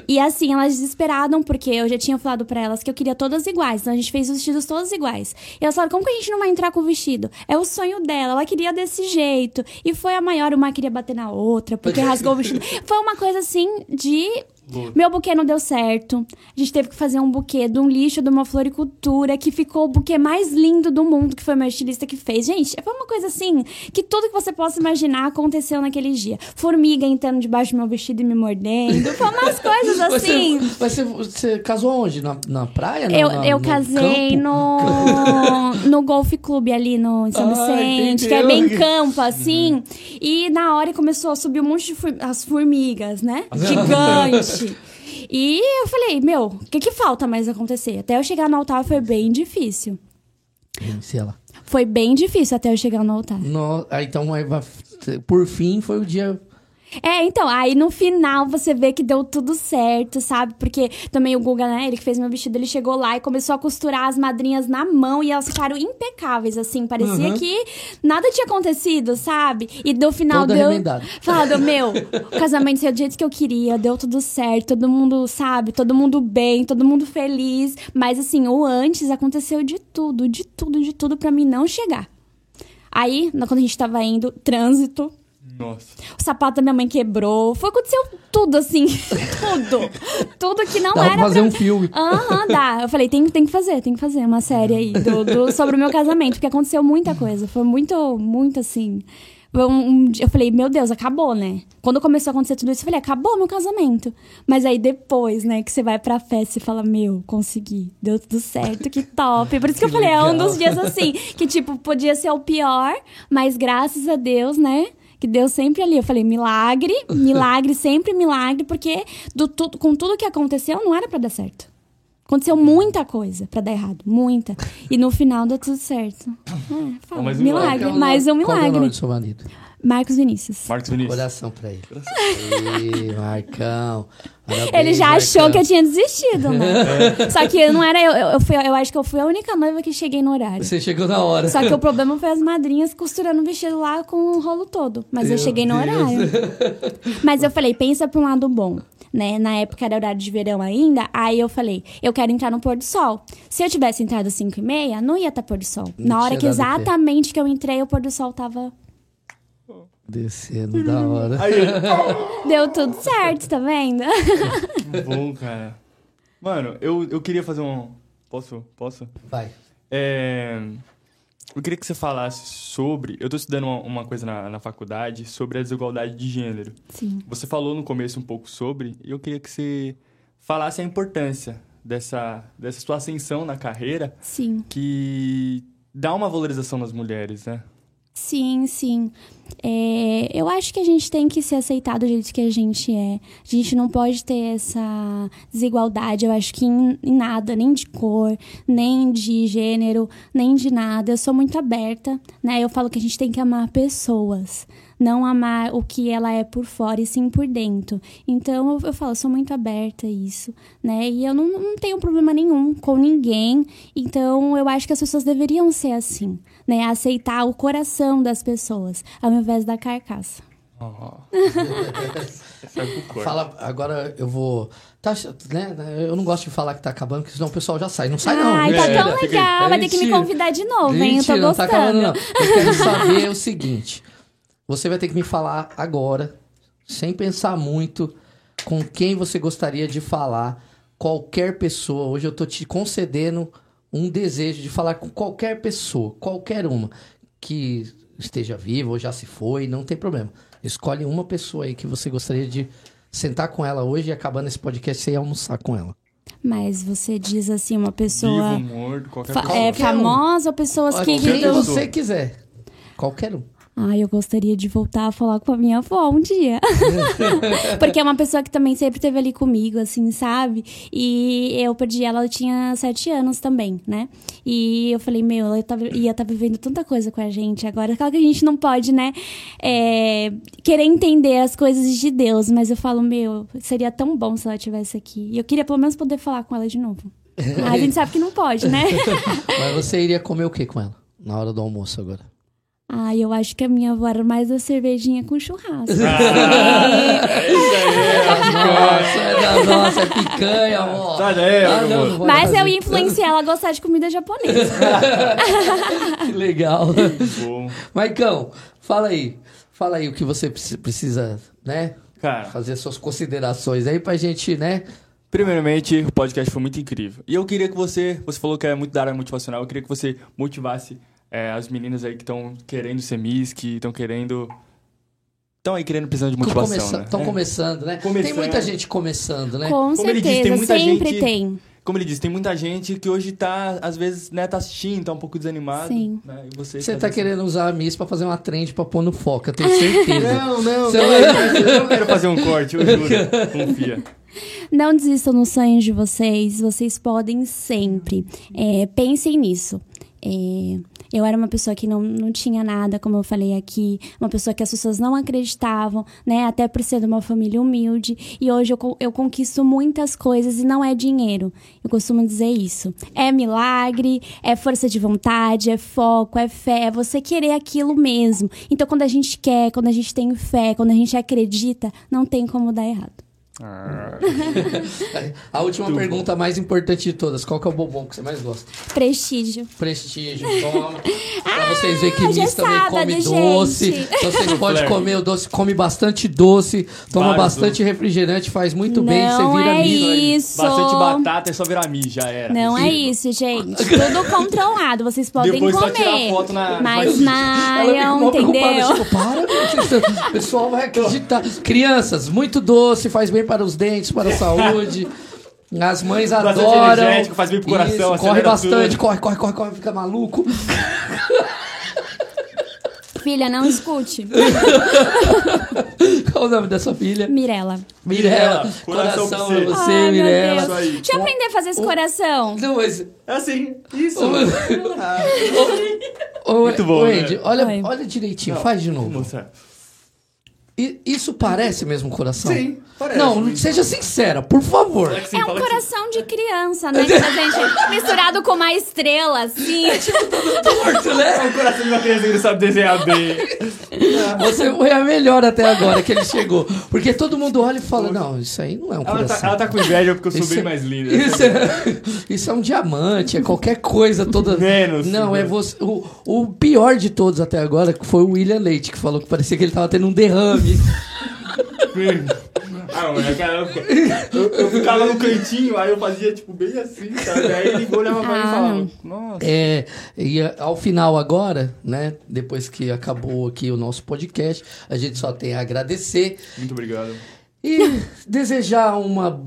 E assim, elas desesperaram, porque eu já tinha falado pra elas que eu queria todas iguais. Então a gente fez os vestidos todos iguais. E elas falaram: como que a gente não vai entrar com o vestido? É o sonho dela, ela queria desse jeito. E foi a maior, uma queria bater na outra, porque rasgou o vestido. Foi uma coisa assim de.
Boa.
Meu buquê não deu certo. A gente teve que fazer um buquê de um lixo de uma floricultura que ficou o buquê mais lindo do mundo, que foi o meu estilista que fez. Gente, foi uma coisa assim que tudo que você possa imaginar aconteceu naquele dia. Formiga entrando debaixo do meu vestido e me mordendo. Foi umas coisas assim.
Você, mas você, você casou onde? Na, na praia? Na-
Eu,
na-
eu
É no
casei
campo?
no, no Golf Clube ali no em São
Ah, Uhum.
Vicente,
entendi.
que é bem campo, assim. E na hora começou a subir um monte de for- as formigas, né?
Ah,
Gigante. E eu falei, meu, o que, que falta mais acontecer? Até eu chegar no altar foi bem difícil.
Sei lá.
Foi bem difícil até eu chegar no altar.
No, ah, então, aí vai- por fim, foi o dia...
É, então, aí no final você vê que deu tudo certo, sabe? Porque também o Guga, né, ele que fez meu vestido, ele chegou lá e começou a costurar as madrinhas na mão e elas ficaram impecáveis, assim.
Uhum.
Parecia que nada tinha acontecido, sabe? E no final
Toda
deu.
remendada.
Falado, meu, o casamento saiu do jeito que eu queria, deu tudo certo, todo mundo, sabe? Todo mundo bem, todo mundo feliz. Mas assim, o antes aconteceu de tudo, de tudo, de tudo pra mim não chegar. Aí, na- quando a gente tava indo, trânsito.
né?
Nossa.
O sapato da minha mãe quebrou. Foi, aconteceu tudo, assim. tudo. Tudo que não
Dá
era
pra fazer
pra-
um filme.
Aham, dá. Eu falei, tem, tem que fazer, tem que fazer uma série aí do, do- sobre o meu casamento. Porque aconteceu muita coisa. Foi muito, muito assim... Foi um- um dia- eu falei, meu Deus, acabou, né? Quando começou a acontecer tudo isso, eu falei, acabou meu casamento. Mas aí depois, né, que você vai pra festa e fala, meu, consegui, deu tudo certo, que top. Por isso que, eu
Que
falei, é um
legal.
dos dias assim, que tipo, podia ser o pior, mas graças a Deus, né? Que Deus sempre ali. Eu falei, milagre, milagre, sempre milagre, porque do tudo, com tudo que aconteceu, não era pra dar certo. Aconteceu muita coisa pra dar errado, muita. E no final deu tudo certo. É, fala,
mais um
milagre,
Qual que é o
mais um
nome- Qual que é o nome
milagre.
do seu marido?
Marcos Vinícius.
Marcos Vinícius.
Coração pra ele. Ih, Marcão. Parabéns,
Ele já achou
Marcão.
que eu tinha desistido,
É.
né? Só que eu não era eu, eu, eu fui, eu acho que eu fui a única noiva que cheguei no horário.
Você chegou na hora.
Só que o problema foi as madrinhas costurando o vestido lá com o rolo todo. Mas eu
Meu
cheguei no
Deus.
horário. Mas eu falei, pensa pra um lado bom. Né? Na época era horário de verão ainda, aí eu falei, eu quero entrar no pôr do sol. Se eu tivesse entrado às 5 e meia, não ia estar pôr do sol.
Não
Na hora
tinha
que
dado pé.
exatamente que eu entrei, o pôr do sol tava
Descendo da hora.
Deu tudo certo, tá vendo?
Muito bom, cara. Mano, eu, eu queria fazer um. Posso? Posso?
Vai.
É, Eu queria que você falasse sobre. Eu tô estudando uma, uma coisa na, na faculdade sobre a desigualdade de gênero.
Sim.
Você falou no começo um pouco sobre, e eu queria que você falasse a importância dessa, dessa sua ascensão na carreira
Sim.
que dá uma valorização nas mulheres, né?
Sim, sim. É, eu acho que a gente tem que se aceitar do jeito que a gente é. A gente não pode ter essa desigualdade, eu acho que em, em nada, nem de cor, nem de gênero, nem de nada. Eu sou muito aberta, né? Eu falo que a gente tem que amar pessoas, não amar o que ela é por fora e sim por dentro. Então eu, eu falo, eu sou muito aberta a isso, né? E eu não, não tenho problema nenhum com ninguém. Então eu acho que as pessoas deveriam ser assim, né? Aceitar o coração das pessoas, ao invés da carcaça.
Fala, agora eu vou. Tá, né, né, eu não gosto de falar que tá acabando, porque senão o pessoal já sai. Não sai, não.
Ai,
né?
tá
mentira,
tão
fica aí.
legal.
É
Vai ter que me
mentira.
convidar de novo, hein? Eu tô
Mentira, não tá acabando,
gostando.
não. Eu quero saber o seguinte: você vai ter que me falar agora, sem pensar muito, com quem você gostaria de falar. Qualquer pessoa. Hoje eu tô te concedendo um desejo de falar com qualquer pessoa, qualquer uma, que esteja viva ou já se foi, não tem problema. Escolhe uma pessoa aí que você gostaria de sentar com ela hoje e acabando esse podcast, você ia almoçar com ela.
Mas você diz assim, uma
Vivo,
é
pessoa
morto, qualquer
fa-
coisa.
é,
né? Qualquer um.
famosa ou pessoas que.
Quem
que
pessoa.
você quiser. Qualquer um.
Ai, eu gostaria de voltar a falar com a minha avó um dia. Porque é uma pessoa que também sempre esteve ali comigo, assim, sabe? E eu perdi ela, eu tinha sete anos também, né? E eu falei, meu, ela tava- ia estar vivendo tanta coisa com a gente agora. Claro que a gente não pode, né? é, querer entender as coisas de Deus, mas eu falo, meu, seria tão bom se ela estivesse aqui. E eu queria pelo menos poder falar com ela de novo. Mas a gente sabe que não pode, né?
Mas você iria comer o que com ela? Na hora do almoço agora.
Ai, eu acho que a minha avó era mais da cervejinha com churrasco.
Ah,
é, Nossa, é da nossa, é picanha, amor.
Tá daí,
Ah,
meu
não,
amor.
não vou
Mas
fazer.
eu ia influenciar ela a gostar de comida japonesa.
Que legal.
Bom.
Maicão, fala aí. Fala aí o que você preci- precisa, né?
Cara,
fazer suas considerações aí pra gente, né?
Primeiramente, o podcast foi muito incrível. E eu queria que você, você falou que é muito da área motivacional, eu queria que você motivasse é, as meninas aí que estão querendo ser Miss, que estão querendo. Estão aí querendo precisando de motivação.
Estão
né? É.
começando, né? Tem
Começando.
muita gente começando, né?
Com
Como ele disse, tem
certeza,
muita
sempre
gente-
tem.
Como ele disse, tem muita gente que hoje tá, às vezes, né, tá assistindo, tá um pouco desanimado.
Sim.
né? E você,
Você
às
tá
vezes-
querendo usar a Miss pra fazer uma trend pra pôr no foco, eu tenho certeza.
Não, não,
Você
não,
vai-
eu não quero fazer um corte, eu juro. Confia.
Não desistam nos sonhos de vocês, vocês podem sempre. É, pensem nisso. É, eu era uma pessoa que não, não tinha nada, como eu falei aqui, uma pessoa que as pessoas não acreditavam, né? Até por ser de uma família humilde. E hoje eu, con- eu conquisto muitas coisas e não é dinheiro. Eu costumo dizer isso. É milagre, é força de vontade, é foco, é fé, é você querer aquilo mesmo. Então, quando a gente quer, quando a gente tem fé, quando a gente acredita, não tem como dar errado.
Ah,
A última
Muito
pergunta mais importante de todas: qual que é o bombom que você mais gosta?
Prestígio.
Prestígio, toma. pra vocês verem que
já
Miss
é
também
sábado,
come
gente.
doce. Então vocês podem
Flare.
comer o doce, come bastante doce, toma
é Vários
bastante refrigerante, faz muito bem, você
Não
vira
é
Miss.
Isso.
Bastante batata, é só virar mi, já era.
Não é isso, gente. Tudo controlado. Vocês podem
Depois só
comer.
tirar foto na-
mas
Ela
naiam,
é ficou preocupada,
entendeu?
tipo, para, meu, vocês- o pessoal vai acreditar. Crianças, muito doce, faz bem para os dentes, para a saúde. As mães
Bastante
adoram.
energético, faz bem pro coração,
Isso, corre
acelera
bastante,
tudo.
corre, corre, corre, corre, fica maluco.
tipo-
Filha, não escute.
Qual o nome da sua filha?
Mirela.
Mirella,
Mirella.
coração
Coração,
pra
é
você.
você,
Ai, meu
Mirella.
Deus.
aí.
Deixa eu aprender a fazer esse coração.
Não, mas.
É assim, isso.
Ô,
Muito bom,
ô, Andy,
né?
olha,
Oi.
olha direitinho, faz de
Vou
novo.
mostrar.
I- Isso parece mesmo um coração?
Sim, parece.
Não, seja sincera, por favor.
Fala que sim,
É um
fala que sim.
coração de criança, né? Que a gente misturado com uma estrela, assim.
É o coração de uma criança que não sabe desenhar bem.
Você foi a melhor até agora que ele chegou. Porque todo mundo olha e fala: Não, isso aí não é um
Ela tá,
coração.
ela tá com inveja porque eu sou
Isso
bem
é-
mais linda.
Isso é, isso é um diamante, é qualquer coisa toda.
Menos, né?
Não, é
menos.
você. O, o pior de todos até agora foi o William Leite, que falou que parecia que ele tava tendo um derrame.
Ah, mano, cara, eu, eu- eu ficava no cantinho, aí eu fazia tipo bem assim, sabe? Aí ele olhava pra mim e falava, nossa.
É, e a- ao final agora, né? Depois que acabou aqui o nosso podcast, a gente só tem a agradecer
Muito obrigado.
e desejar uma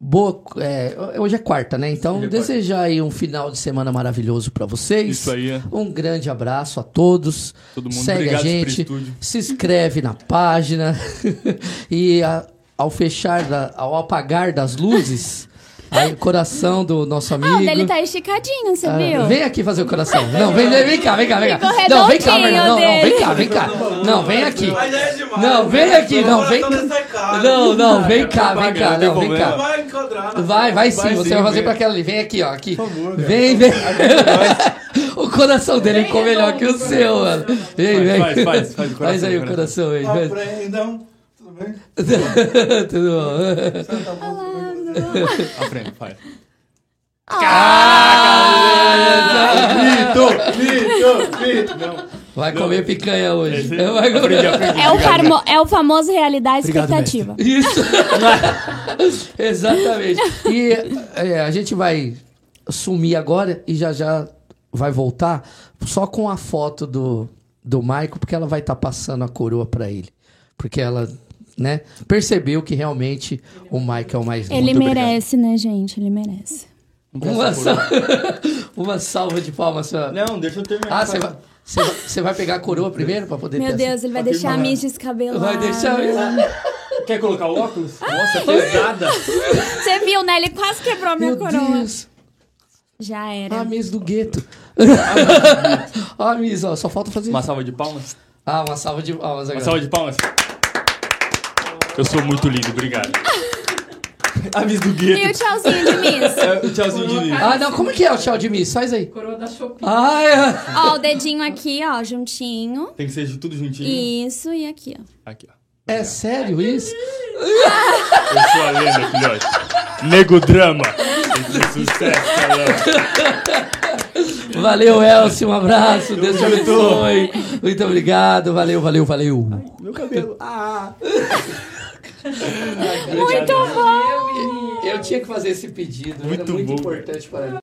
boa. é, hoje é quarta, né? Então,
Hoje é quarta.
desejar aí um final de semana maravilhoso pra vocês.
Isso aí, é- né.
Um grande abraço a todos.
todo mundo.
Segue
obrigado
a
por
gente,
estúdio.
se inscreve na página e a- ao fechar, da- ao apagar das luzes, aí o coração do nosso amigo.
Ah, o dele tá esticadinho, você
Ah,
viu?
Vem aqui fazer o coração. Não, vem, vem, vem cá, vem cá, vem cá.
Ficou
Não, vem cá,
redondinho
vem, não, não, vem
dele.
cá, vem cá. Não, vem aqui.
Mas é demais.
Não, vem aqui,
O
não, vem
coração
cá.
dessa cara.
Não, não, vem cá,
Vai,
vem cá,
cara, não
não,
tem
vem
Não
cá.
vai enquadrar. na
Vai, vai sim,
Vai
você
sim,
vai fazer
vem.
pra aquela ali. Vem aqui, ó, aqui.
favor, cara.
Vem, vem. O coração dele ficou melhor que o seu, mano. Vem,
Faz,
vem.
faz, faz, faz o coração,
Faz aí o coração
coração.
aí.
cara.
faz.
Aprendam. Tudo bem?
Tudo bom?
Santa mão.
À frente, vai. Mito, mito, mito.
Vai comer picanha hoje.
Esse-
Vai comer-
Aprendi, aprendi.
É o,
Obrigado,
farmo- é o famoso realidade
Obrigado,
expectativa.
Isso. Exatamente. E é, a gente vai sumir agora e já já vai voltar só com a foto do, do Maico, porque ela vai estar passando a coroa pra ele. Porque ela, né, percebeu que realmente o Maico é o mais
Ele
lindo.
merece, né, gente? Ele merece.
Uma, salva, uma salva de palmas. pra-
Não, deixa eu terminar.
Ah, você vai, você vai- você vai pegar a coroa primeiro pra poder
Meu
ter
Deus, ele
Tá
vai deixar a Miss descabelada.
essa- Vai deixar.
Quer colocar o óculos? Nossa, é pesada.
Você viu, né? Ele quase quebrou a minha
Meu
coroa.
Deus.
Já era.
A Miss do Gueto. Ó, Miss, ó, só falta fazer.
Uma salva de palmas?
Ah, uma salva de palmas
Uma
agora.
salva de palmas. Eu sou muito lindo, obrigado. Aviso do
E o
gueto.
tchauzinho de Miss?
É, o tchauzinho de lindo.
Ah, não, como que é o tchau de Miss? Faz aí.
Coroa da Shopee.
Ah, é.
ó, o dedinho aqui, ó, juntinho.
Tem que ser tudo juntinho.
Isso, e aqui, ó.
Aqui, ó.
É sério isso?
Eu sou a lenda, filhote. Nego drama. Esse Sucesso, galera.
Valeu, Elcio, um abraço. Deus te abençoe. Muito obrigado, valeu, valeu, valeu.
Meu cabelo. Ah.
Muito
bom!
Eu tinha que fazer esse pedido, era
Muito
muito
bom.
importante para mim.